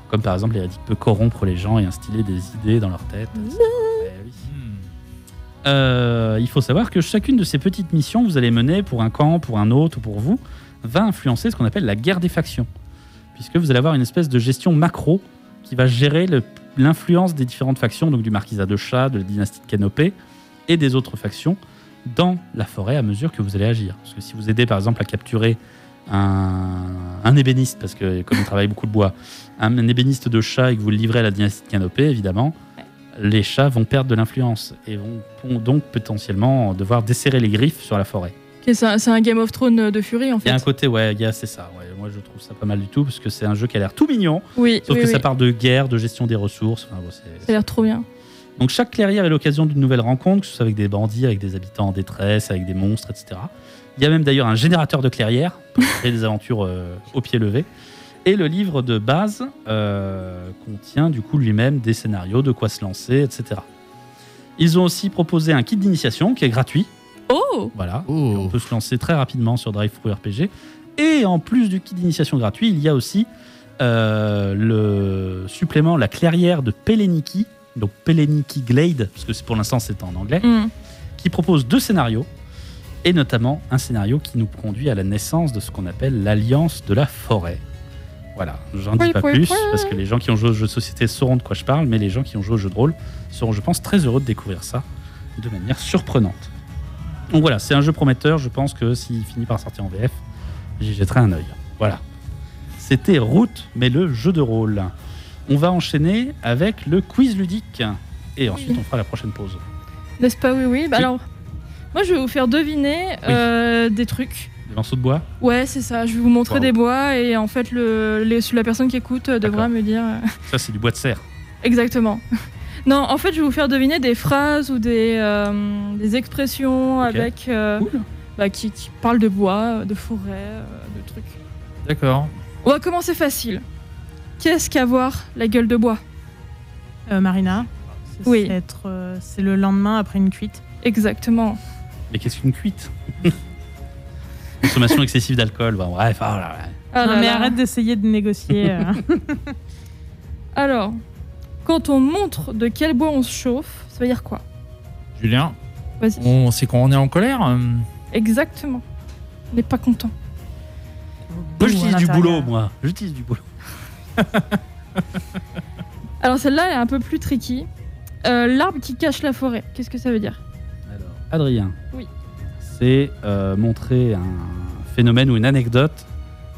comme par exemple l'hérétique peut corrompre les gens et instiller des idées dans leur tête. Mmh. Eh oui. Euh, il faut savoir que chacune de ces petites missions que vous allez mener pour un camp, pour un autre ou pour vous, va influencer ce qu'on appelle la guerre des factions, puisque vous allez avoir une espèce de gestion macro qui va gérer le- l'influence des différentes factions, donc du marquisat de Chat, de la dynastie de Canopée et des autres factions dans la forêt à mesure que vous allez agir. Parce que si vous aidez par exemple à capturer un, un ébéniste, parce que comme il travaille beaucoup de bois, un, un ébéniste de chat et que vous le livrez à la dynastie de Canopée, évidemment, les chats vont perdre de l'influence et vont vont donc potentiellement devoir desserrer les griffes sur la forêt. Ok, C'est un, c'est un Game of Thrones euh, de furie en Il y fait. a un côté, ouais, il y a- c'est ça. ouais. Moi, je trouve ça pas mal du tout parce que c'est un jeu qui a l'air tout mignon, Oui, sauf oui, que oui. ça part de guerre, de gestion des ressources. Enfin, bon, c'est- Ça a l'air trop bien. Donc chaque clairière est l'occasion d'une nouvelle rencontre, que ce soit avec des bandits, avec des habitants en détresse, avec des monstres, etc. Il y a même d'ailleurs un générateur de clairières pour créer des aventures euh, au pied levé. Et le livre de base euh, contient du coup lui-même des scénarios, de quoi se lancer, etc. Ils ont aussi proposé un kit d'initiation qui est gratuit, Oh voilà. Et On Oh. peut se lancer très rapidement sur Drive Thru RPG. Et en plus du kit d'initiation gratuit, il y a aussi euh, le supplément La clairière de Peleniki, donc Peleniki Glade, parce que c'est- pour l'instant c'est en anglais, Hmm. qui propose deux scénarios, et notamment un scénario qui nous conduit à la naissance de ce qu'on appelle l'Alliance de la Forêt. Voilà, j'en dis Oui, pas oui, plus, oui. parce que les gens qui ont joué aux jeux de société sauront de quoi je parle, mais les gens qui ont joué aux jeux de rôle seront, je pense, très heureux de découvrir ça de manière surprenante. Donc voilà, c'est un jeu prometteur, je pense que s'il finit par sortir en VF, j'y jetterai un œil. Voilà. C'était Route, mais le jeu de rôle. On va enchaîner avec le quiz ludique, et ensuite on fera la prochaine pause. N'est-ce pas Oui, oui. Bah, Oui. Alors, moi je vais vous faire deviner euh, des trucs. Des lanceaux de bois Ouais, c'est ça. Je vais vous montrer Wow. des bois et en fait, le, les- la personne qui écoute euh, devra D'accord. me dire. euh, Ça, c'est du bois de serre. Exactement. Non, en fait, je vais vous faire deviner des phrases ou des, euh, des expressions Ok. avec euh, Cool. bah, qui, qui parlent de bois, de forêt, euh, de trucs. D'accord. On va commencer facile. Qu'est-ce qu'avoir la gueule de bois Euh, Marina, c'est Oui. être, euh, c'est le lendemain après une cuite. Exactement. Mais qu'est-ce qu'une cuite Consommation excessive d'alcool, bah, bref. ah là là. Ah non, là mais là. arrête d'essayer de négocier. euh. Alors, quand on montre de quel bois on se chauffe, ça veut dire quoi Julien, Vas-y. on sait quand on est en colère. euh, Exactement. On n'est pas content. Moi, Ou à j'utilise du l'intérieur. boulot, moi. J'utilise du boulot. Alors celle-là elle est un peu plus tricky. Euh, L'arbre qui cache la forêt, qu'est-ce que ça veut dire Alors, Adrien. Oui. C'est euh, montrer un phénomène ou une anecdote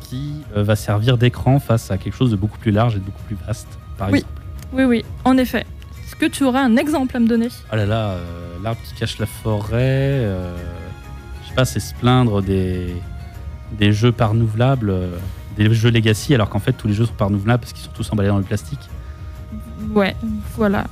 qui euh, va servir d'écran face à quelque chose de beaucoup plus large et de beaucoup plus vaste, par Oui. exemple. Oui, oui, en effet. Est-ce que tu auras un exemple à me donner Ah là là, euh, l'arbre qui cache la forêt, euh, je sais pas, c'est se plaindre des, des jeux pas renouvelables, euh, des jeux legacy, alors qu'en fait, tous les jeux sont pas renouvelables parce qu'ils sont tous emballés dans le plastique. Ouais, voilà.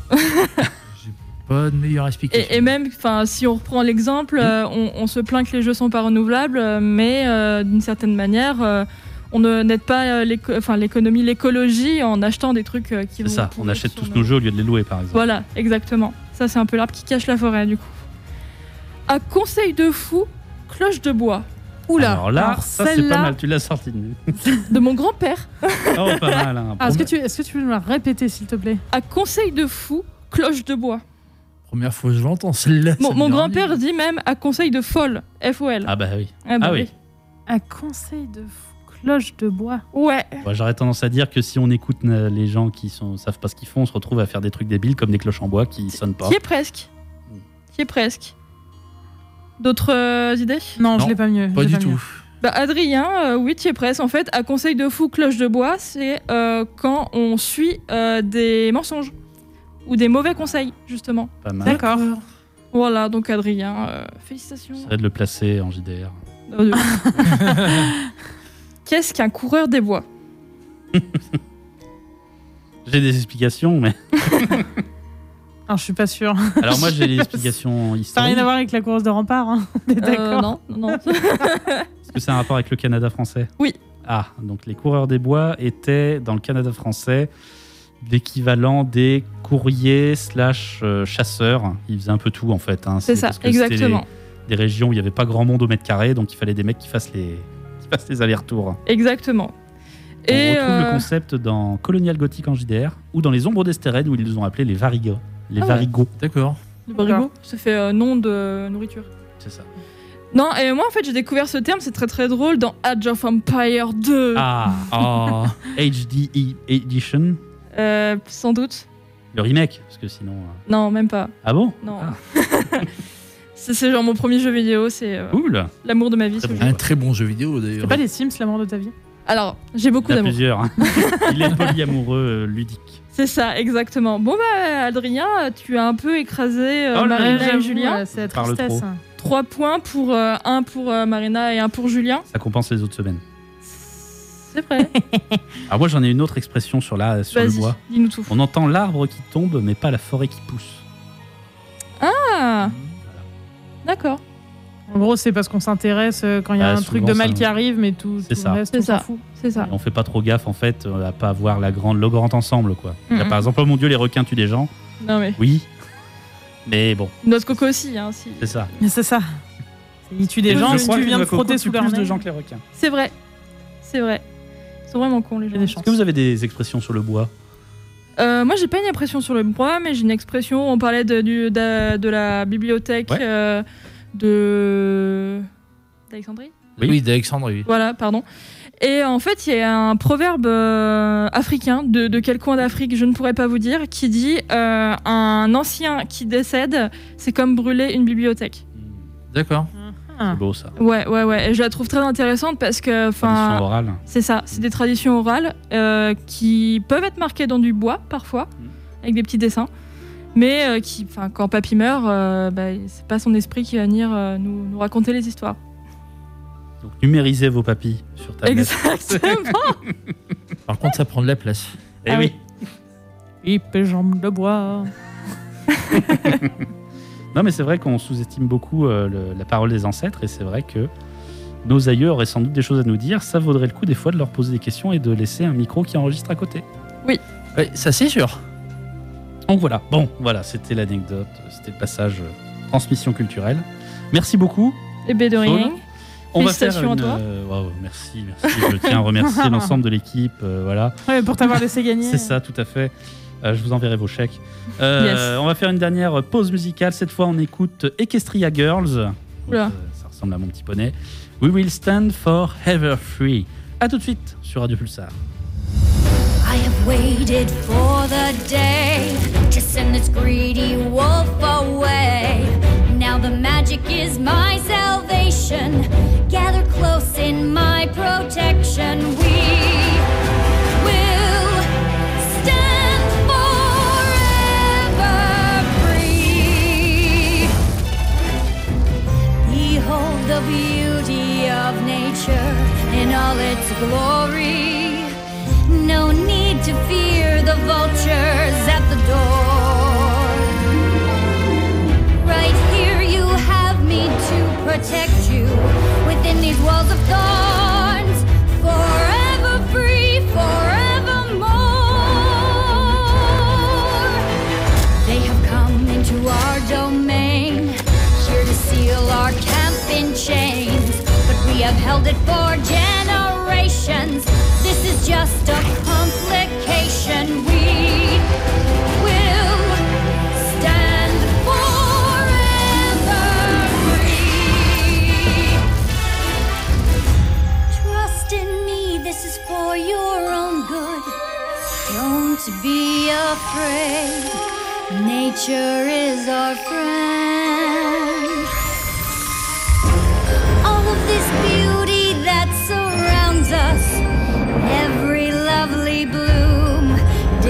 Pas de meilleure explication. Et, et même, enfin, si on reprend l'exemple, euh, on, on se plaint que les jeux sont pas renouvelables, euh, mais euh, d'une certaine manière, euh, on ne- n'aide pas euh, l'éco- enfin, l'économie, l'écologie en achetant des trucs euh, qui C'est vont ça, on pourrir achète sur tous nos jeux au lieu de les louer, par exemple. Voilà, exactement. Ça, c'est un peu l'arbre qui cache la forêt, du coup. À conseil de fou, cloche de bois. Oula, Alors là, alors ça c'est celle-là- pas mal, tu l'as sorti. de- de mon grand-père. oh, pas mal. Hein, Ah, promis. est-ce que tu, est-ce que tu peux me la répéter s'il te plaît À conseil de fou, cloche de bois. Première fois que je l'entends, celle-là. ça Mon, me mon donne grand-père envie. dit même à conseil de folle, F-O-L. Ah bah oui. bah ah oui. Un conseil de fou, cloche de bois. oui. Ouais, Moi, J'aurais tendance à dire que si on écoute euh, les gens qui sont, savent pas ce qu'ils font, on se retrouve à faire des trucs débiles comme des cloches en bois qui sonnent pas. qui est presque. Mm. Qui est presque. D'autres euh, idées Non, Non, je l'ai pas mieux. Pas je l'ai du tout. mieux. Hein bah, Adrien, euh, oui, tu es presque. En fait, à conseil de fou, cloche de bois, c'est euh, quand on suit euh, des mensonges ou des mauvais conseils, justement. Pas mal. D'accord. Voilà, donc Adrien, euh, félicitations. Ça va de le placer en JDR. Oh, de- Qu'est-ce qu'un coureur des bois J'ai des explications, mais Alors, je suis pas sûre. alors moi j'ai des explications Ça n'a historiques. rien à voir avec la course de rempart. hein. T'es Euh, D'accord. Non, non. Est-ce que c'est un rapport avec le Canada français Oui. Ah, donc les coureurs des bois étaient dans le Canada français l'équivalent des courriers slash euh, chasseurs. Ils faisaient un peu tout en fait. hein. c'est ça, parce que c'était les- exactement. des régions où il n'y avait pas grand monde au mètre carré, donc il fallait des mecs qui fassent les, qui fassent les allers-retours. Exactement. On Et retrouve le euh, concept dans Colonial Gothic en JDR ou dans les Ombres d'Estérède où ils les ont appelés les varigots. Les Ah ouais. varigots, D'accord. le barigo, ça fait euh, nom de nourriture. c'est ça. Euh. Non, et moi en fait j'ai découvert ce terme, c'est très très drôle, dans Age of Empire 2. Ah, Oh. HDE E Edition, Euh, sans doute. le remake, parce que sinon. euh, Non, même pas. Ah bon Non. Ah. c'est c'est genre mon premier jeu vidéo, c'est euh, Cool l'amour de ma vie. Très ce bon. jeu. un très bon jeu vidéo d'ailleurs. C'est pas les Sims, la mort de ta vie Alors, j'ai beaucoup Il y en a d'amour. plusieurs. il est polyamoureux euh, ludique. C'est- C'est ça, exactement. Bon, bah, Adrien, tu as un peu écrasé euh, Oh là là, Marina et j'avoue, Julien. Ouais, c'est la Parle tristesse. trop. Trois points pour euh, un pour euh, Marina et un pour Julien. Ça compense les autres semaines. C'est vrai. Alors moi j'en ai une autre expression sur, la, sur le Vas-y, bois. dis-nous tout. On entend l'arbre qui tombe mais pas la forêt qui pousse. Ah, d'accord. En gros, c'est parce qu'on s'intéresse euh, quand il y a Bah, un truc souvent, de mal ça- qui arrive, mais tout, C'est tout ça. le reste, C'est on s'en ça. fout. C'est ça. Et on fait pas trop gaffe en fait euh, à pas voir la grande, le grand ensemble quoi. Il y a Mhm. par exemple, oh mon dieu les requins tuent des gens. Non, mais Oui. Mais bon, notre coco aussi. Hein, si- c'est ça. Mais c'est ça. Il tue des Je gens, crois si que tu les viens de noix coco frotter tuent sous leur plus de nez. gens que les requins. C'est vrai. C'est vrai. Ils sont vraiment cons, les Il y a des gens. Est-ce que vous avez des expressions sur le bois Euh, moi, j'ai pas une impression sur le bois, mais j'ai une expression. On parlait de, du- de, de la bibliothèque Ouais. euh, de. d'Alexandrie Oui. Oui, d'Alexandre, oui. Voilà, pardon. Et en fait, il y a un proverbe euh, africain, de, de quel coin d'Afrique, je ne pourrais pas vous dire, qui dit euh, Un ancien qui décède, c'est comme brûler une bibliothèque. Mmh. D'accord. Ah. C'est beau ça. Ouais, ouais, ouais. Et je la trouve très intéressante parce que. Tradition enfin, orale. C'est ça, c'est des traditions orales euh, qui peuvent être marquées dans du bois parfois, Mhm. avec des petits dessins. Mais euh, qui, enfin, quand papy meurt, euh, bah, c'est pas son esprit qui va venir euh, nous, nous raconter les histoires. Donc numérisez vos papilles sur tablette. Exactement. Par contre, ça prend de la place. Eh Ah oui. Hip et jambes de bois. Non, mais c'est vrai qu'on sous-estime beaucoup euh, le- la parole des ancêtres, et c'est vrai que nos aïeux auraient sans doute des choses à nous dire. Ça vaudrait le coup, des fois, de leur poser des questions et de laisser un micro qui enregistre à côté. Ouais, ça, c'est sûr. Donc voilà. Bon, voilà, c'était l'anecdote, c'était le passage euh, transmission culturelle. Merci beaucoup. Et ben de Saul, rien. Félicitations à toi. euh, waouh, merci, merci. Je tiens à remercier l'ensemble de l'équipe. euh, voilà, Ouais, pour t'avoir laissé gagner. c'est ça, tout à fait. Euh, je vous enverrai vos chèques. Euh, Yes. On va faire une dernière pause musicale. Cette fois, on écoute Equestria Girls. Oula. Euh, ça ressemble à mon petit poney. We will stand for ever free. À tout de suite sur Radio Pulsar. I have waited for the day to send this greedy wolf away. Now the magic is my salvation. Gather close in my protection. We will stand forever free. Behold the beauty of nature in all its glory. No need to fear the vultures at the door. Right here, you have me to protect you within these walls of thorns. Forever free, forevermore. They have come into our domain, here to seal our camp in chains. But we have held it for generations. This is just a complication. We will stand forever free. Trust in me, this is for your own good. Don't be afraid, nature is our friend. All of this beauty that surrounds us, every lovely bloom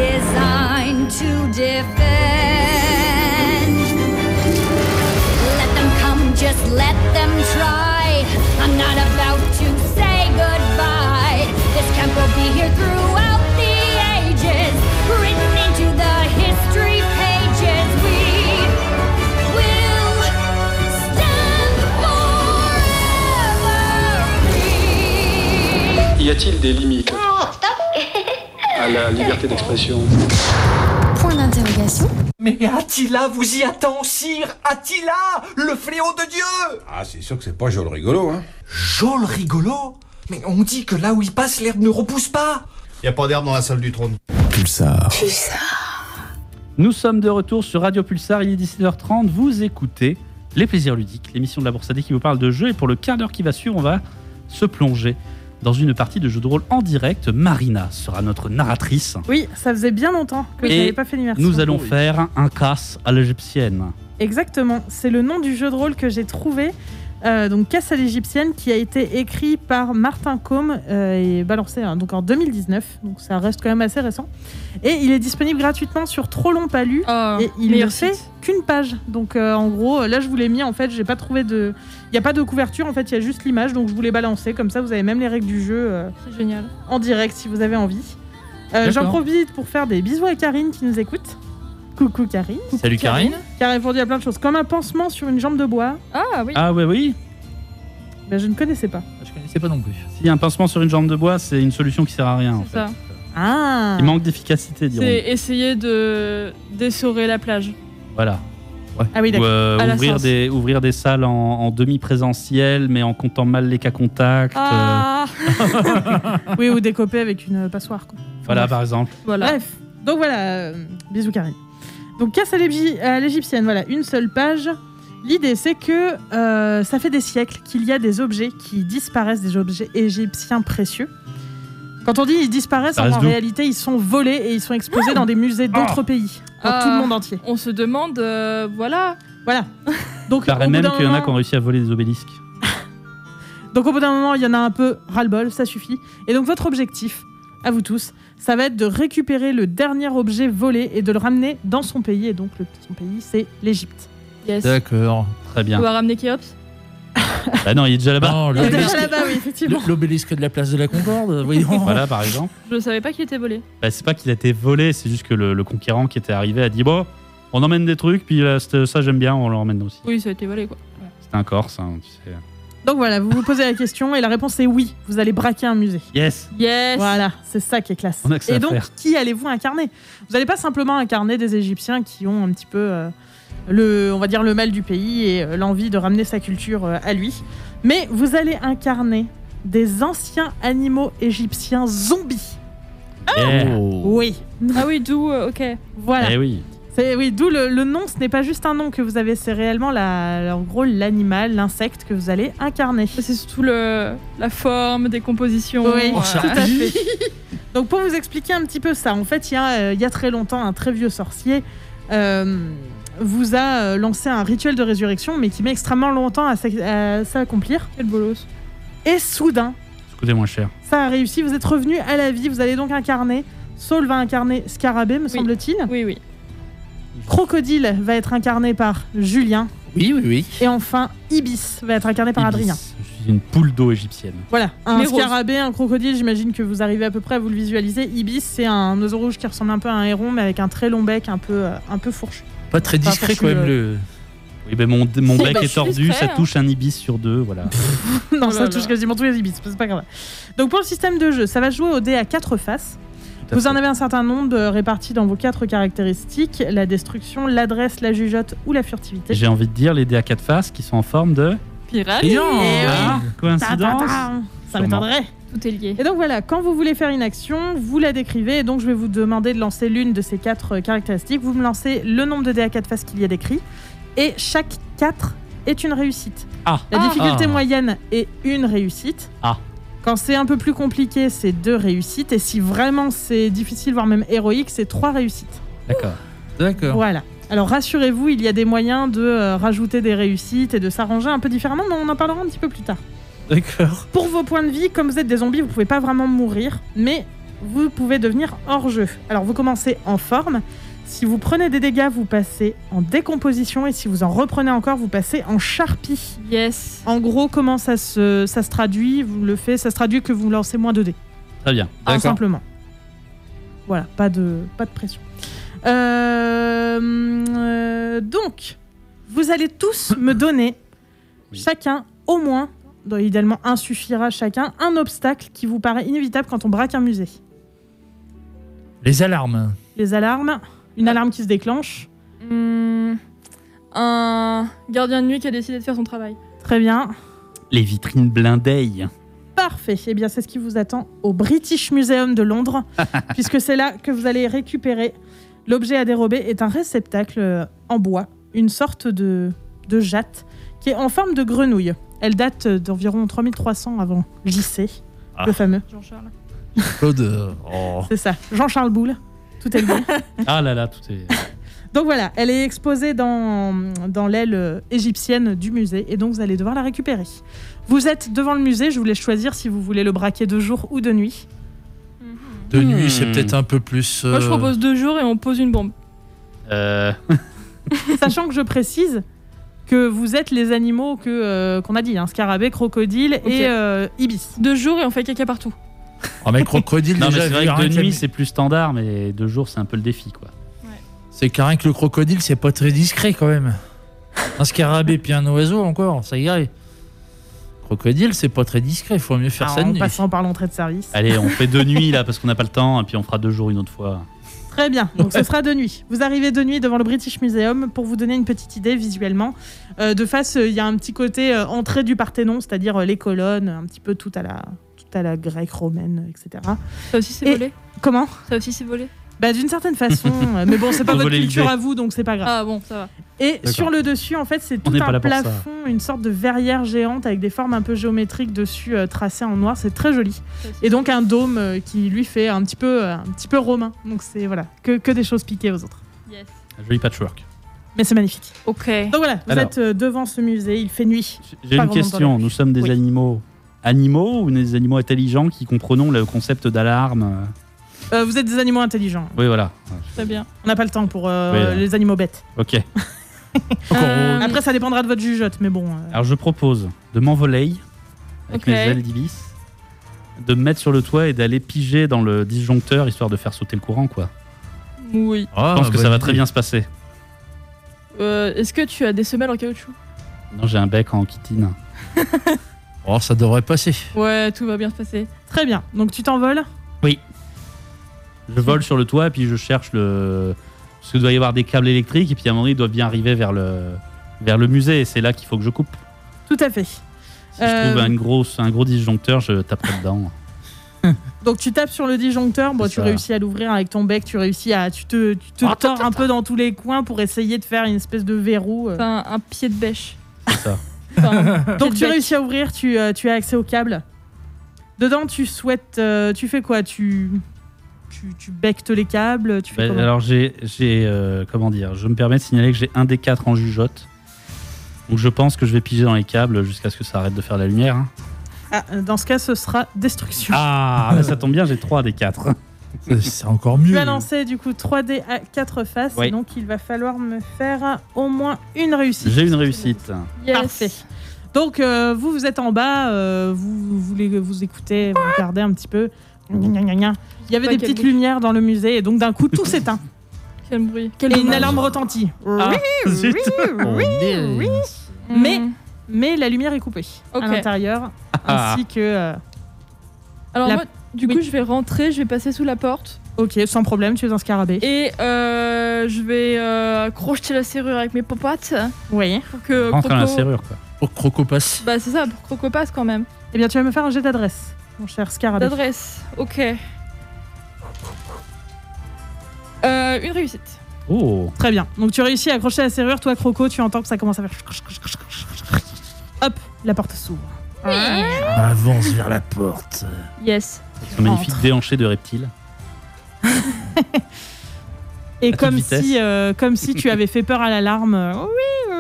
designed to defend. Let them come, just let them try. I'm not about to say goodbye. This camp will be here throughout the ages, written into the history pages. We will stand forever free. Y a-t-il des limites Oh, stop à la liberté d'expression Point d'interrogation. Mais Attila vous y attend, sire Attila Le fléau de Dieu Ah, c'est sûr que c'est pas Joel Rigolo, hein. Jôle rigolo Mais on dit que là où il passe, l'herbe ne repousse pas Y a pas d'herbe dans la salle du trône. Pulsar. Nous sommes de retour sur Radio Pulsar. Il est 17h30. Vous écoutez Les Plaisirs Ludiques, l'émission de la Bourse AD qui vous parle de jeux. Et pour le quart d'heure qui va suivre, on va se plonger dans une partie de jeu de rôle en direct. Marina sera notre narratrice. Oui, ça faisait bien longtemps que Et je n'avais pas fait l'immersion. Nous allons faire un casse à l'égyptienne. Exactement, c'est le nom du jeu de rôle que j'ai trouvé. Euh, donc Casse à l'égyptienne qui a été écrit par Martin Combe euh, et balancé hein, donc en 2019, donc ça reste quand même assez récent. Et il est disponible gratuitement sur Trop Long Palu Oh, et il ne meilleur fait site. qu'une page. Donc euh, en gros, là je vous l'ai mis en fait, j'ai pas trouvé de, il y a pas de couverture en fait, il y a juste l'image donc je vous l'ai balancé comme ça vous avez même les règles du jeu. euh, C'est génial. en direct si vous avez envie. Euh, D'accord. J'en profite pour faire des bisous à Karine qui nous écoute. Coucou Karine. Salut Karine. Qui a répondu à plein de choses, comme un pansement sur une jambe de bois. Ah oui. Ah ouais, oui. Ben, je ne connaissais pas. Je connaissais pas non plus. Si un pincement sur une jambe de bois, c'est une solution qui sert à rien. en C'est fait. ça. Ah Il manque d'efficacité, dirons. C'est essayer de d'essorer la plage. Voilà. Ah oui, Ou, d'accord. euh, À la ouvrir, sauce. des, ouvrir des salles en, en demi-présentiel, mais en comptant mal les cas euh, contacts. Ah oui, ou décoper avec une passoire. Quoi. euh, voilà, par exemple. voilà. Bref, donc voilà, euh, bisous Karine. Donc casse à l'Égy- à l'égyptienne, voilà, une seule page. L'idée c'est que euh, ça fait des siècles qu'il y a des objets qui disparaissent, des objets égyptiens précieux. Quand on dit ils disparaissent, Ça reste en d'où Ah réalité ils sont volés et ils sont exposés dans des musées d'autres pays, dans Ah. tout le monde entier. On se demande, euh, voilà. Voilà. Donc, Il paraît au bout même d'un qu'il y en a moment- qui ont réussi à voler des obélisques. Donc au bout d'un moment, il y en a un peu ras-le-bol, ça suffit. Et donc votre objectif, à vous tous, ça va être de récupérer le dernier objet volé et de le ramener dans son pays. Et donc le, son pays, c'est l'Égypte. Yes. D'accord. Très On bien. va ramener Kéops. Bah non, il est déjà Ah là-bas. Non, Il est déjà l'obélisque- là-bas, oui, bah, effectivement. le- l'obélisque de la place de la Concorde, voyons. Voilà, par exemple. Je savais pas qu'il était volé. Bah, c'est pas qu'il a été volé, c'est juste que le, le conquérant qui était arrivé a dit bon, on emmène des trucs, puis là, c'était- ça j'aime bien, on l'emmène aussi. Oui, ça a été volé quoi. C'était un Corse, hein, tu sais. Donc voilà, vous vous posez la question et la réponse est oui, vous allez braquer un musée. Yes, Yes. Voilà, c'est ça qui est classe. On a que ça et à donc, faire. qui allez-vous incarner Vous n'allez pas simplement incarner des Égyptiens qui ont un petit peu, euh, le, on va dire, le mal du pays et euh, l'envie de ramener sa culture euh, à lui, mais vous allez incarner des anciens animaux égyptiens zombies. Yeah. Oh. Oui, Ah oui, d'où euh, Ok. voilà. Eh oui. C'est oui, d'où le, le nom. Ce n'est pas juste un nom que vous avez, c'est réellement la, en gros l'animal, l'insecte que vous allez incarner. C'est surtout le la forme, des compositions. Oui, euh, tout à fait. Donc pour vous expliquer un petit peu ça, en fait, il y, a, euh, il y a très longtemps, un très vieux sorcier euh, vous a euh, lancé un rituel de résurrection, mais qui met extrêmement longtemps à s'ac- à s'accomplir. Quel bolos. Et soudain, Ça coûtait moins cher. ça a réussi, vous êtes revenu à la vie, vous allez donc incarner, Saul va incarner Scarabée, me semble-t-il. Oui, oui. Crocodile va être incarné par Julien. Oui, oui, oui. Et enfin, Ibis va être incarné par Ibis. Adrien. Je suis une poule d'eau égyptienne. Voilà, un Mais rose. scarabée, un crocodile, j'imagine que vous arrivez à peu près à vous le visualiser. Ibis, c'est un oiseau rouge qui ressemble un peu à un héron, mais avec un très long bec, un peu, euh, un peu fourchu. Pas très Pas discret franchi, quand même le. Oui, ben mon, mon Si, bec bah, je est suis tordu, discret, ça hein. touche un ibis sur deux, voilà. non, Oh là ça là. touche quasiment tous les ibis, c'est pas grave. Donc pour le système de jeu, ça va jouer au dé à quatre faces. Tout à Vous en fait. avez un certain nombre euh, répartis dans vos quatre caractéristiques la destruction, l'adresse, la jugeote ou la furtivité. J'ai envie de dire les dés à quatre faces qui sont en forme de. Pirate. Eh Ah, Ta- ta- coïncidence ta- Ça Sûrement. m'étonnerait. Tout est lié. Et donc voilà, quand vous voulez faire une action, vous la décrivez. Et donc je vais vous demander de lancer l'une de ces quatre euh, caractéristiques. Vous me lancez le nombre de dés à 4 faces qu'il y a décrit. Et chaque 4 est une réussite. Ah. La Ah. difficulté Ah. moyenne est une réussite. Ah. Quand c'est un peu plus compliqué, c'est deux réussites. Et si vraiment c'est difficile, voire même héroïque, c'est trois réussites. D'accord. D'accord. Voilà. Alors rassurez-vous, il y a des moyens de euh, rajouter des réussites et de s'arranger un peu différemment, mais on en parlera un petit peu plus tard. D'accord. Pour vos points de vie, comme vous êtes des zombies, vous pouvez pas vraiment mourir, mais vous pouvez devenir hors jeu. Alors vous commencez en forme. Si vous prenez des dégâts, vous passez en décomposition et si vous en reprenez encore, vous passez en charpie. Yes. En gros, comment ça se, ça se traduit Vous le faites, ça se traduit que vous lancez moins de dés, Très bien. tout simplement. Voilà, pas de, pas de pression. Euh, euh, donc, vous allez tous me donner Oui. chacun au moins, dans- idéalement un suffira chacun, un obstacle qui vous paraît inévitable quand on braque un musée. Les alarmes. Les alarmes, une alarme qui se déclenche, Hmm, un gardien de nuit qui a décidé de faire son travail. très bien, Les vitrines blindées. parfait. Eh bien, c'est ce qui vous attend au British Museum de Londres, puisque c'est là que vous allez récupérer. L'objet à dérober est un réceptacle euh, en bois, une sorte de, de jatte qui est en forme de grenouille. Elle date euh, d'environ 3300 avant JC, Ah. le fameux. Jean-Charles. Claude. euh, Oh. C'est ça, Jean-Charles Boulle. Tout est lié. Ah là là, tout est. Donc voilà, elle est exposée dans, dans l'aile euh, égyptienne du musée et donc vous allez devoir la récupérer. Vous êtes devant le musée, je vous laisse choisir si vous voulez le braquer de jour ou de nuit. De Hmm. nuit, c'est peut-être un peu plus. Moi, je euh, propose deux jours et on pose une bombe. Euh, Sachant que je précise que vous êtes les animaux que euh, qu'on a dit, hein, scarabée, crocodile Ok. et euh, ibis. Deux jours et on fait caca partout. Oh, mais crocodile, non, mais déjà, c'est vrai rien que de qu'à- nuit, c'est plus standard, mais de jour, c'est un peu le défi, quoi. C'est carrément que le crocodile, c'est pas très discret quand même. Un scarabée puis un oiseau encore, ça irait. Crocodile, c'est pas très discret, faut mieux faire Alors, ça de Ah, en nuit. passant par l'entrée de service. Allez, on fait deux nuits, là, parce qu'on n'a pas le temps, et puis on fera deux jours une autre fois. Très bien, donc ce sera de nuit. Vous arrivez de nuit devant le British Museum pour vous donner une petite idée visuellement. Euh, de face, euh, il y a un petit côté euh, entrée du Parthénon, c'est-à-dire euh, les colonnes, un petit peu tout à la, tout à la grecque, romaine, etc. Ça aussi, c'est Et- volé. Comment Ça aussi, c'est volé. bah, D'une certaine façon, euh, mais bon, c'est pas Faut votre voler culture l'idée. à vous, donc c'est pas grave. Ah bon, ça va. Et D'accord. sur le dessus, en fait, c'est tout n'est pas un là pour ça. plafond, une sorte de verrière géante avec des formes un peu géométriques dessus, euh, tracées en noir. C'est très joli. Ça aussi. Et donc un dôme euh, qui lui fait un petit peu, euh, un petit peu romain. Donc c'est voilà, que, que des choses piquées aux autres. Yes. Un Joli patchwork. Mais c'est magnifique. Ok. Donc voilà, vous Alors. êtes euh, devant ce musée. Il fait nuit. J'ai Pas grand monde une dans la question. Nous sommes des Oui. animaux animaux ou des animaux intelligents qui comprenons le concept d'alarme Euh, vous êtes des animaux intelligents. Oui, voilà. Très bien. On n'a pas le temps pour euh, Oui. les animaux bêtes. Ok. Euh, Après, ça dépendra de votre jugeote, mais bon. euh, Alors je propose de m'envoler avec Ok. mes ailes d'ibis, de me mettre sur le toit et d'aller piger dans le disjoncteur histoire de faire sauter le courant quoi. Oui. Je Ah, pense que bonne ça va idée. très bien se passer. Euh, Est-ce que tu as des semelles en caoutchouc Non, j'ai un bec en kitine. Oh, ça devrait passer. Ouais, tout va bien se passer. Très bien. Donc tu t'envoles. Je vole sur le toit et puis je cherche le parce qu'il doit y avoir des câbles électriques et puis à un moment donné, ils doivent bien arriver vers le vers le musée et c'est là qu'il faut que je coupe. Tout à fait. Si Euh, je trouve une grosse, un gros disjoncteur, je taperai dedans. Donc tu tapes sur le disjoncteur, bon, C'est tu ça. réussis à l'ouvrir avec ton bec, tu réussis à, tu te, tu te Ah, ta, ta, tords un peu dans tous les coins pour essayer de faire une espèce de verrou. euh. Enfin, un pied de bêche. C'est ça. Enfin, un pied Donc de tu bec. réussis à ouvrir, tu, euh, tu as accès au câble. Dedans, tu souhaites, euh, tu fais quoi Tu, tu, tu bectes les câbles, tu fais Ben, comment alors j'ai, j'ai, euh, comment dire, je me permets de signaler que j'ai un des quatre en jugeote. Donc je pense que je vais piger dans les câbles jusqu'à ce que ça arrête de faire la lumière. hein. Ah, euh, Dans ce cas, ce sera destruction. Ah, ben, ça tombe bien, j'ai trois des quatre. C'est- C'est encore mieux. Tu as lancé du coup 3D à 4 faces, Oui. donc il va falloir me faire au moins une réussite. J'ai une réussite. Yes. Parfait. Donc euh, vous vous êtes en bas, euh, vous vous les- vous écoutez, vous regardez un petit peu. Gna, gna, gna, gna. Il y avait Pas des quel petites bruit. lumières dans le musée et donc d'un coup tout s'éteint Quel bruit. Quel et une dommage. alarme retentit. Ah, zut. Oui, oui. Mmh. Mais- Mais la lumière est coupée Ok. à l'intérieur Ah. ainsi que euh, Alors, La- moi, du Oui. coup, je vais rentrer, je vais passer sous la porte OK, sans problème, tu es un scarabée. et euh, je vais euh, crocheter la serrure avec mes popotes Oui. pour que Oh. Rentre dans la Croco- serrure. Quoi. Pour que Croco passe. Bah, c'est ça, pour Croco passe quand même. Eh bien tu vas me faire un jet d'adresse, mon cher scarabée. D'adresse, ok. Euh, une réussite. Oh, Très bien. Donc tu réussis à accrocher la serrure, toi Croco, tu entends que ça commence à faire Hop, la porte s'ouvre. Avance vers la porte. Yes. un magnifique déhanché de reptile. Et toute comme vitesse. si, euh, comme si tu avais fait peur à l'alarme. euh, Oui,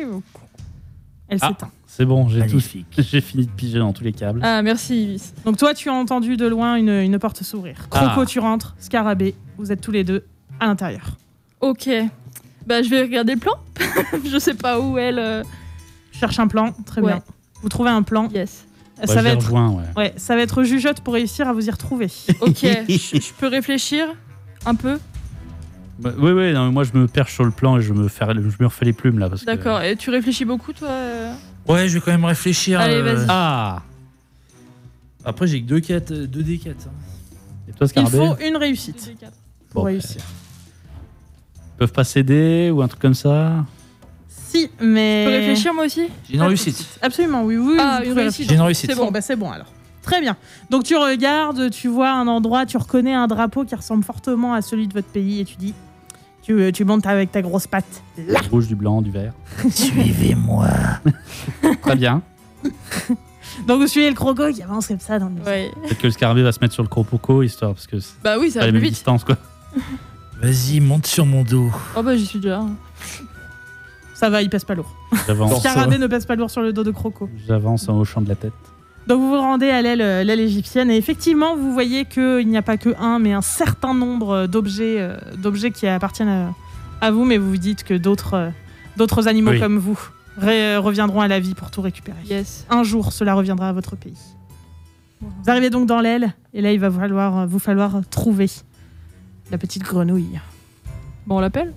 oui. Elle Ah. s'éteint. C'est bon, j'ai tout. Magnifique. J'ai fini de piger dans tous les câbles. Ah, merci, Ibis. Donc toi, tu as entendu de loin une, une porte s'ouvrir. Croco, Ah. tu rentres. Scarabée, vous êtes tous les deux à l'intérieur. Ok. Bah, je vais regarder le plan. je sais pas où elle. euh, Tu cherches un plan, très Ouais. bien. Vous trouvez un plan. Yes. Ouais, Ça Bah, je va les être, rejoins, ouais. ouais, ça va être jugeote pour réussir à vous y retrouver. Ok. Je je peux réfléchir un peu. Bah, oui, oui, non, mais moi je me perche sur le plan et je me, fais- je me refais les plumes là. parce que- D'accord. Et tu réfléchis beaucoup, toi euh Ouais, je vais quand même réfléchir. euh, Allez, vas-y. Ah Après, j'ai que euh, 2 4 2 D4. Et toi, Il Scarabée faut une réussite pour Bon, réussir. Ils peuvent pas s'aider ou un truc comme ça Si, Je mais. peux Euh. réfléchir, moi aussi J'ai une réussite. Absolument, oui, oui. Ah, vous une pouvez réussite. J'ai une réussite. C'est Bon, bon. bah Ah, c'est bon alors. Très bien. Donc tu regardes, tu vois un endroit, tu reconnais un drapeau qui ressemble fortement à celui de votre pays et tu dis, tu, euh, tu montes avec ta grosse patte. Du rouge, du blanc, du vert. Suivez-moi. Très bien. Donc vous suivez le croco qui avance comme ça dans le musée. Ouais. Peut-être que le scarabée va se mettre sur le cropoco, histoire, parce que c'est Bah oui, ça pas les va plus mêmes vite. distances, quoi. Vas-y, monte sur mon dos. Oh bah j'y suis déjà. hein. Ça va, il pèse pas lourd. J'avance, Scarabée ne pèse pas lourd sur le dos de Croco. j'avance en hochant de la tête. Donc vous vous rendez à l'aile, euh, l'aile égyptienne et effectivement vous voyez qu'il n'y a pas que un mais un certain nombre euh, d'objets, euh, d'objets qui appartiennent à, à vous mais vous vous dites que d'autres, euh, d'autres animaux Oui. comme vous ré- euh, reviendront à la vie pour tout récupérer. Yes. Un jour cela reviendra à votre pays. Vous arrivez donc dans l'aile et là il va vous falloir, euh, vous falloir trouver la petite grenouille. Bon, on l'appelle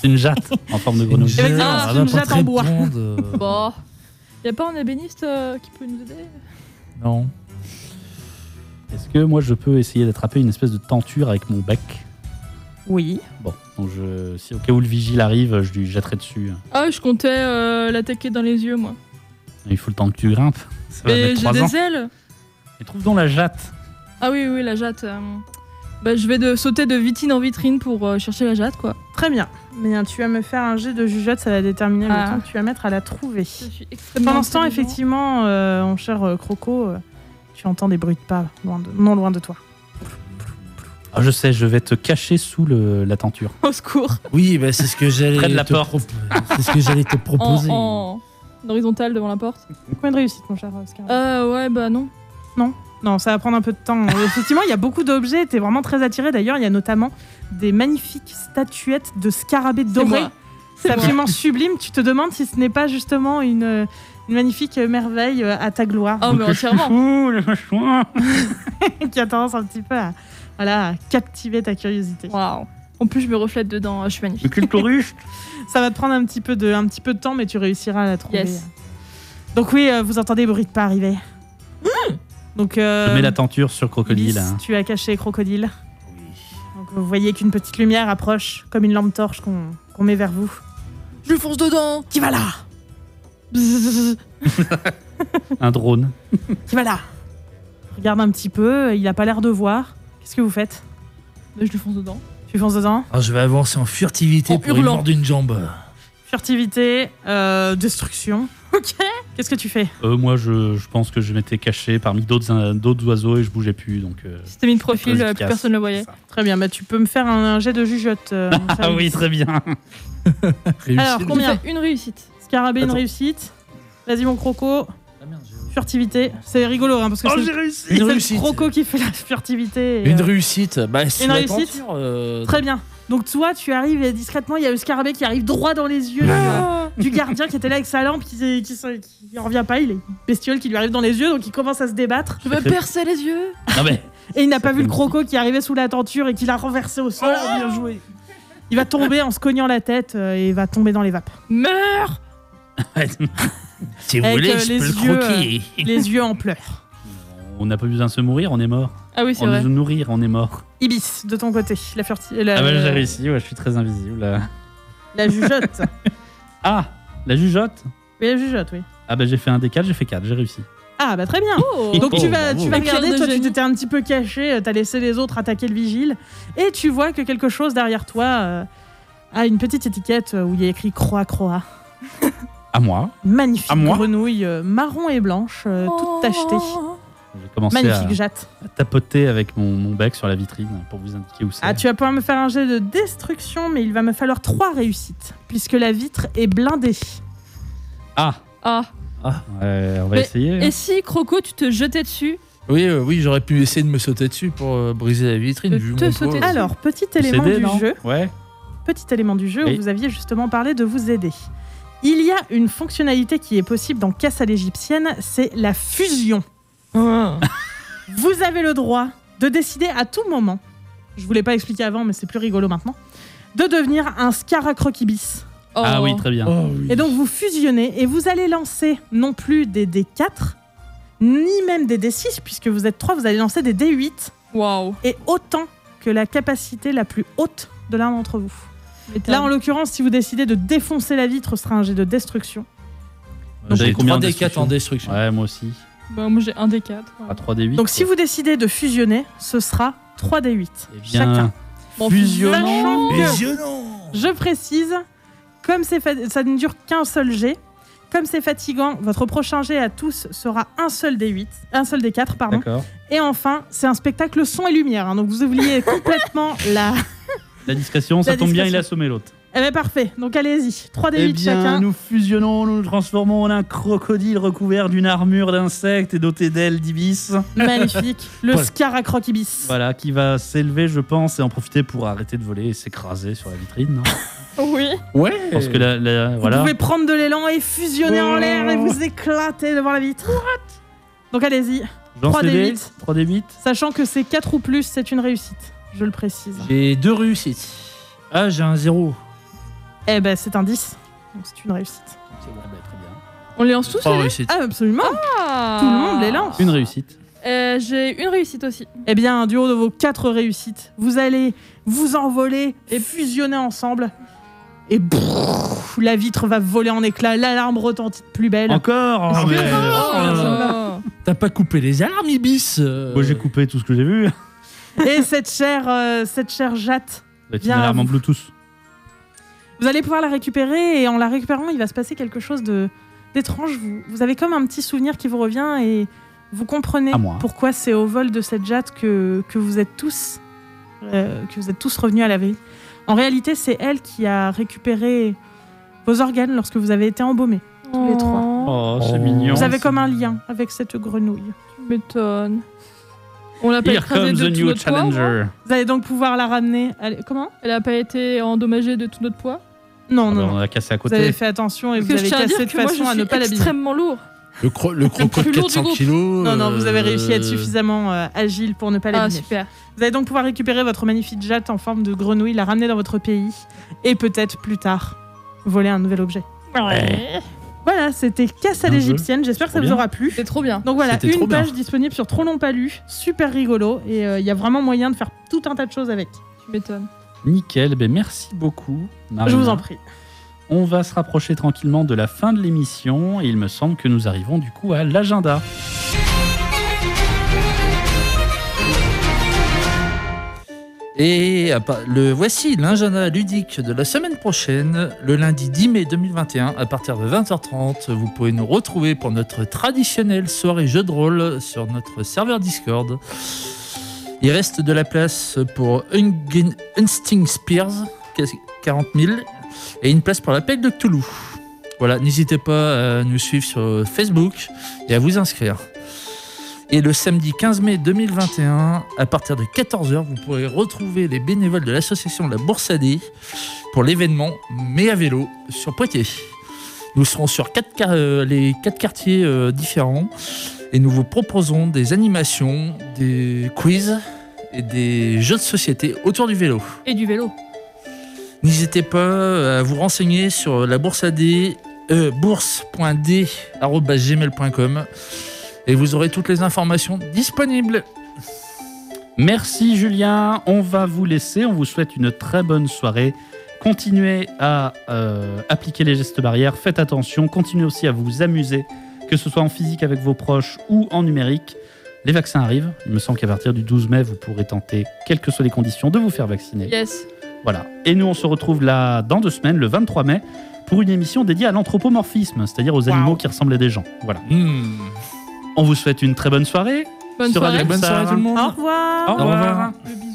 C'est une jatte en forme de grenouille. jatte. Effectivement, Ah, c'est elle va une pas jatte te en bois. répondre, euh, Bon. Y a pas un ébéniste euh, qui peut nous aider Non. Est-ce que moi je peux essayer d'attraper une espèce de tenture avec mon bec Oui. Bon, donc je, si au cas où le vigile arrive, je lui jetterai dessus. Ah, je comptais euh, l'attaquer dans les yeux, moi. Il faut le temps que tu grimpes. Ça va Mais mettre j'ai 3 Ah, ans. des ailes Et trouve donc la jatte. Ah oui, oui, la jatte. euh, Bah, je vais de sauter de vitrine en vitrine pour euh, chercher la jatte, quoi. Très bien. Mais tu vas me faire un jet de jugeote, ça va déterminer Ah. le temps que tu vas mettre à la trouver. Je suis extrêmement. Pour l'instant, intelligent. effectivement, euh, mon cher euh, Croco, euh, tu entends des bruits de pas loin de- non loin de toi. Ah, je sais, je vais te cacher sous le- la tenture. Au secours Oui, bah, c'est ce que j'allais Près de la te porte. pro- C'est ce que j'allais te en, proposer. Oh, en- en horizontal devant la porte. Combien de réussite, mon cher euh, Scarab Euh, ouais, bah non. Non, ça va prendre un peu de temps. effectivement, il y a beaucoup d'objets, t'es vraiment très attiré. D'ailleurs, il y a notamment des magnifiques statuettes de scarabées dorés. moi. C'est C'est moi. absolument sublime. Tu te demandes si ce n'est pas justement une, euh, une magnifique euh, merveille euh, à ta gloire Oh, mais entièrement Ouh, le machin. Oh. qui a tendance un petit peu à, voilà, à captiver ta curiosité. Waouh En plus, je me reflète dedans, euh, je suis magnifique. Le culturiste. Ça va te prendre un petit peu de, un petit peu de temps, mais tu réussiras à la trouver. Yes. Donc oui, euh, vous entendez le bruit de pas arriver. Mmh. Donc euh, Je mets la tenture sur Crocodile. Lys, hein. tu as caché Crocodile. Donc vous voyez qu'une petite lumière approche, comme une lampe torche qu'on qu'on met vers vous. Je lui fonce dedans Qui va là Bzzz. Un drone. Qui va là Regarde un petit peu, il a pas l'air de voir. Qu'est-ce que vous faites Bah, Je lui fonce dedans. Tu fonces dedans Alors, je vais avancer en furtivité En pour une hurlant. mort d'une jambe. Furtivité, euh, destruction. Ok. Qu'est-ce que tu fais Euh, moi, je, je pense que je m'étais caché parmi d'autres euh, d'autres oiseaux et je bougeais plus. Donc, euh, C'était mis de profil, euh, plus efficace. personne ne le voyait. C'est ça. Très bien, bah tu peux me faire un, un jet de jugeote. euh, mon cher Ah oui, Lys. très bien. Alors Réussite. combien J'ai fait Une réussite. Scarabée, une Attends. réussite. Vas-y, mon croco. Ah, merde, j'ai- Furtivité. C'est rigolo, hein, parce que Oh, c'est j'ai c'est réussi. Une le réussite. croco qui fait la furtivité. et, Une euh, réussite. Bah, c'est Une la réussite. tenture, euh, Très bien. Donc, toi, tu arrives et discrètement, il y a le scarabée qui arrive droit dans les yeux du, Ah. euh, du gardien qui était là avec sa lampe, qui, qui, qui, en revient pas. Il est bestiole qui lui arrive dans les yeux, donc il commence à se débattre. Je veux percer les yeux Non, mais Et il n'a pas Ça vu le fait Ah. une- croco qui arrivait sous la tenture et qui l'a renversé au sol. bien joué. Il va tomber en se cognant la tête euh, et va tomber dans les vapes. Meurs Si vous Avec, voulez, euh, je les peux le yeux, croquer. Les yeux en pleurs. on n'a pas besoin de se mourir, on est mort. Ah oui, c'est On vrai. nous nourrir, on est mort. Ibis, de ton côté, la, furti- la, ah bah j'ai réussi, ouais, je suis très invisible. euh. la jugeote. Ah, la jugeote oui, la jugeote, oui. Ah bah j'ai fait un des 4, j'ai fait 4, j'ai réussi. Ah bah très bien. Oh Donc Oh, tu vas, bravo. tu vas Un tir regarder, de toi tu génie. t'étais un petit peu caché, euh, t'as laissé les autres attaquer le vigile, et tu vois que quelque chose derrière toi euh, a une petite étiquette euh, où il y a écrit Croix Croix. À moi. Magnifique À moi grenouille euh, marron et blanche, euh, Oh. toute tachetée. J'ai commencé à, Magnifique jatte. à tapoter avec mon, mon bec sur la vitrine pour vous indiquer où c'est. Ah, tu vas pouvoir me faire un jet de destruction, mais il va me falloir trois réussites, puisque la vitre est blindée. Ah, Ah, euh, on va Mais- essayer. et si Croco, tu te jetais dessus Oui, euh, oui, j'aurais pu essayer de me sauter dessus pour euh, briser la vitrine. De vu te mon sauter poids. dessus. Alors, petit Vous élément aidez, du non jeu. Ouais. petit élément du jeu Oui. où vous aviez justement parlé de vous aider. Il y a une fonctionnalité qui est possible dans Casse à l'égyptienne, c'est la fusion. Vous avez le droit de décider à tout moment, je vous l'ai pas expliqué avant mais c'est plus rigolo maintenant, de devenir un scaracroc ibis. Oh. Ah oui, très bien. Oh, oui. Et donc vous fusionnez et vous allez lancer non plus des D4, ni même des D6 puisque vous êtes trois, vous allez lancer des D8 Waouh et autant que la capacité la plus haute de l'un d'entre vous. Là, en l'occurrence, si vous décidez de défoncer la vitre, ce sera un jet de destruction. donc, J'avais j'ai combien 3 de des 4 en destruction. Ouais, moi aussi. Bah, moi j'ai un des quatre. Ah, À 3D8. Donc, si vous décidez de fusionner, ce sera 3d8. Eh Chacun. bien, Bon, Sachant que, yeux, non je précise, comme c'est fa- ça ne dure qu'un seul jet, Comme c'est fatigant, votre prochain jet à tous sera un seul des 8, un seul des 4, pardon. D'accord. Et enfin, c'est un spectacle son et lumière. hein, donc vous oubliez complètement la. La discrétion, ça La tombe bien, il a discrétion. assommé l'autre. Eh ben parfait. Donc allez-y. 3 des Eh 8 bien, chacun. nous fusionnons, nous nous transformons en un crocodile recouvert d'une armure d'insectes et doté d'ailes d'ibis. Magnifique. Le Voilà. Scaracroc Ibis. Voilà, qui va s'élever, je pense, et en profiter pour arrêter de voler et s'écraser sur la vitrine. non Oui. Ouais. Je pense que la, la- voilà. Vous pouvez prendre de l'élan et fusionner en l'air et vous éclater devant la vitre. Donc allez-y. Lance 3 les des dés. 8. 3 des 8. Sachant que c'est 4 ou plus, c'est une réussite. Je le précise. J'ai deux réussites. Ah, j'ai un zéro. Eh ben c'est un 10. Donc c'est une réussite. bah, On les lance tous Trois les deux réussites. Ah, absolument. Ah. Tout le monde les lance. Une réussite. Euh, J'ai une réussite aussi. Eh bien, du haut de vos quatre réussites, vous allez vous envoler et fusionner ensemble. Et brrr, la vitre va voler en éclats, l'alarme retentit de plus belle. Encore Euh, oh, mais- Oh. T'as pas coupé les alarmes, Ibis euh. Moi, j'ai coupé tout ce que j'ai vu. Et cette chère, euh, cette chère jatte, C'est une Bien. alarme en Bluetooth. vous allez pouvoir la récupérer et en la récupérant, il va se passer quelque chose de d'étrange. Vous, vous avez comme un petit souvenir qui vous revient et vous comprenez À moi. pourquoi c'est au vol de cette jatte que, que vous êtes tous euh, que vous êtes tous revenus à la vie. En réalité, c'est elle qui a récupéré vos organes lorsque vous avez été embaumés. Tous les trois. Oh, c'est Oh. mignon. Vous avez comme un lien avec cette grenouille. Tu m'étonnes. On l'a pas Here écrasée comes de the tout new notre poids. moi. challenger. Vous allez donc pouvoir la ramener. Allez, comment Elle a pas été endommagée de tout notre poids. Non, Ah bah, non, on non. a cassé à Vous avez côté. fait attention et Parce vous que je avez tiens à cassé dire de que moi façon à je ne pas suis l'abîmer. extrêmement lourd. Le, cro le croco de plus lourd du 400 groupe. kilos. Non, non, vous avez réussi à être euh, suffisamment euh, agile pour ne pas Ah l'abîmer. super. vous allez donc pouvoir récupérer votre magnifique jatte en forme de grenouille, la ramener dans votre pays et peut-être plus tard voler un nouvel objet. Eh, Ouais. Voilà, c'était Casse à Bien l'Égyptienne. J'espère que ça Trop vous bien. aura plu. C'est trop bien. Donc voilà, C'était une trop bien. page disponible sur Trop Long Pas Lu. Super rigolo et euh, il y a vraiment moyen de faire tout un tas de choses avec. Tu m'étonnes. Nickel, ben merci beaucoup. Je vous Marina. en prie. On va se rapprocher tranquillement de la fin de l'émission et il me semble que nous arrivons du coup à l'agenda. Et à part- le voici l'agenda ludique de la semaine prochaine, le lundi 10 mai 2021 à partir de 20h30. Vous pouvez nous retrouver pour notre traditionnelle soirée jeu de rôle sur notre serveur Discord. Il reste de la place pour Ungen- Unsting Spears, 40 000, et une place pour l'appel de Cthulhu. Voilà, n'hésitez pas à nous suivre sur Facebook et à vous inscrire. Et le samedi 15 mai 2021, à partir de 14h, vous pourrez retrouver les bénévoles de l'association La Boursadée pour l'événement Mais à vélo sur Poitiers. Nous serons sur quatre, quar- euh, les quatre quartiers euh, différents et nous vous proposerons des animations, des quiz et des jeux de société autour du vélo. Et du vélo. N'hésitez pas à vous renseigner sur la bourse AD, euh, bourse.d@gmail.com, et vous aurez toutes les informations disponibles. Merci Julien, on va vous laisser, on vous souhaite une très bonne soirée. Continuez à euh, appliquer les gestes barrières, faites attention, continuez aussi à vous amuser, que ce soit en physique avec vos proches ou en numérique. Les vaccins arrivent, il me semble qu'à partir du 12 mai, vous pourrez tenter, quelles que soient les conditions, de vous faire vacciner. Yes. Voilà. Et nous, on se retrouve là dans deux semaines, le 23 mai, pour une émission dédiée à l'anthropomorphisme, c'est-à-dire aux animaux qui ressemblent à des gens. Voilà. Hmm. On vous souhaite une très bonne soirée. Bonne Sur soirée. Radio Bonne Pulsar. soirée tout le monde. Au revoir. Au revoir. Le bisou.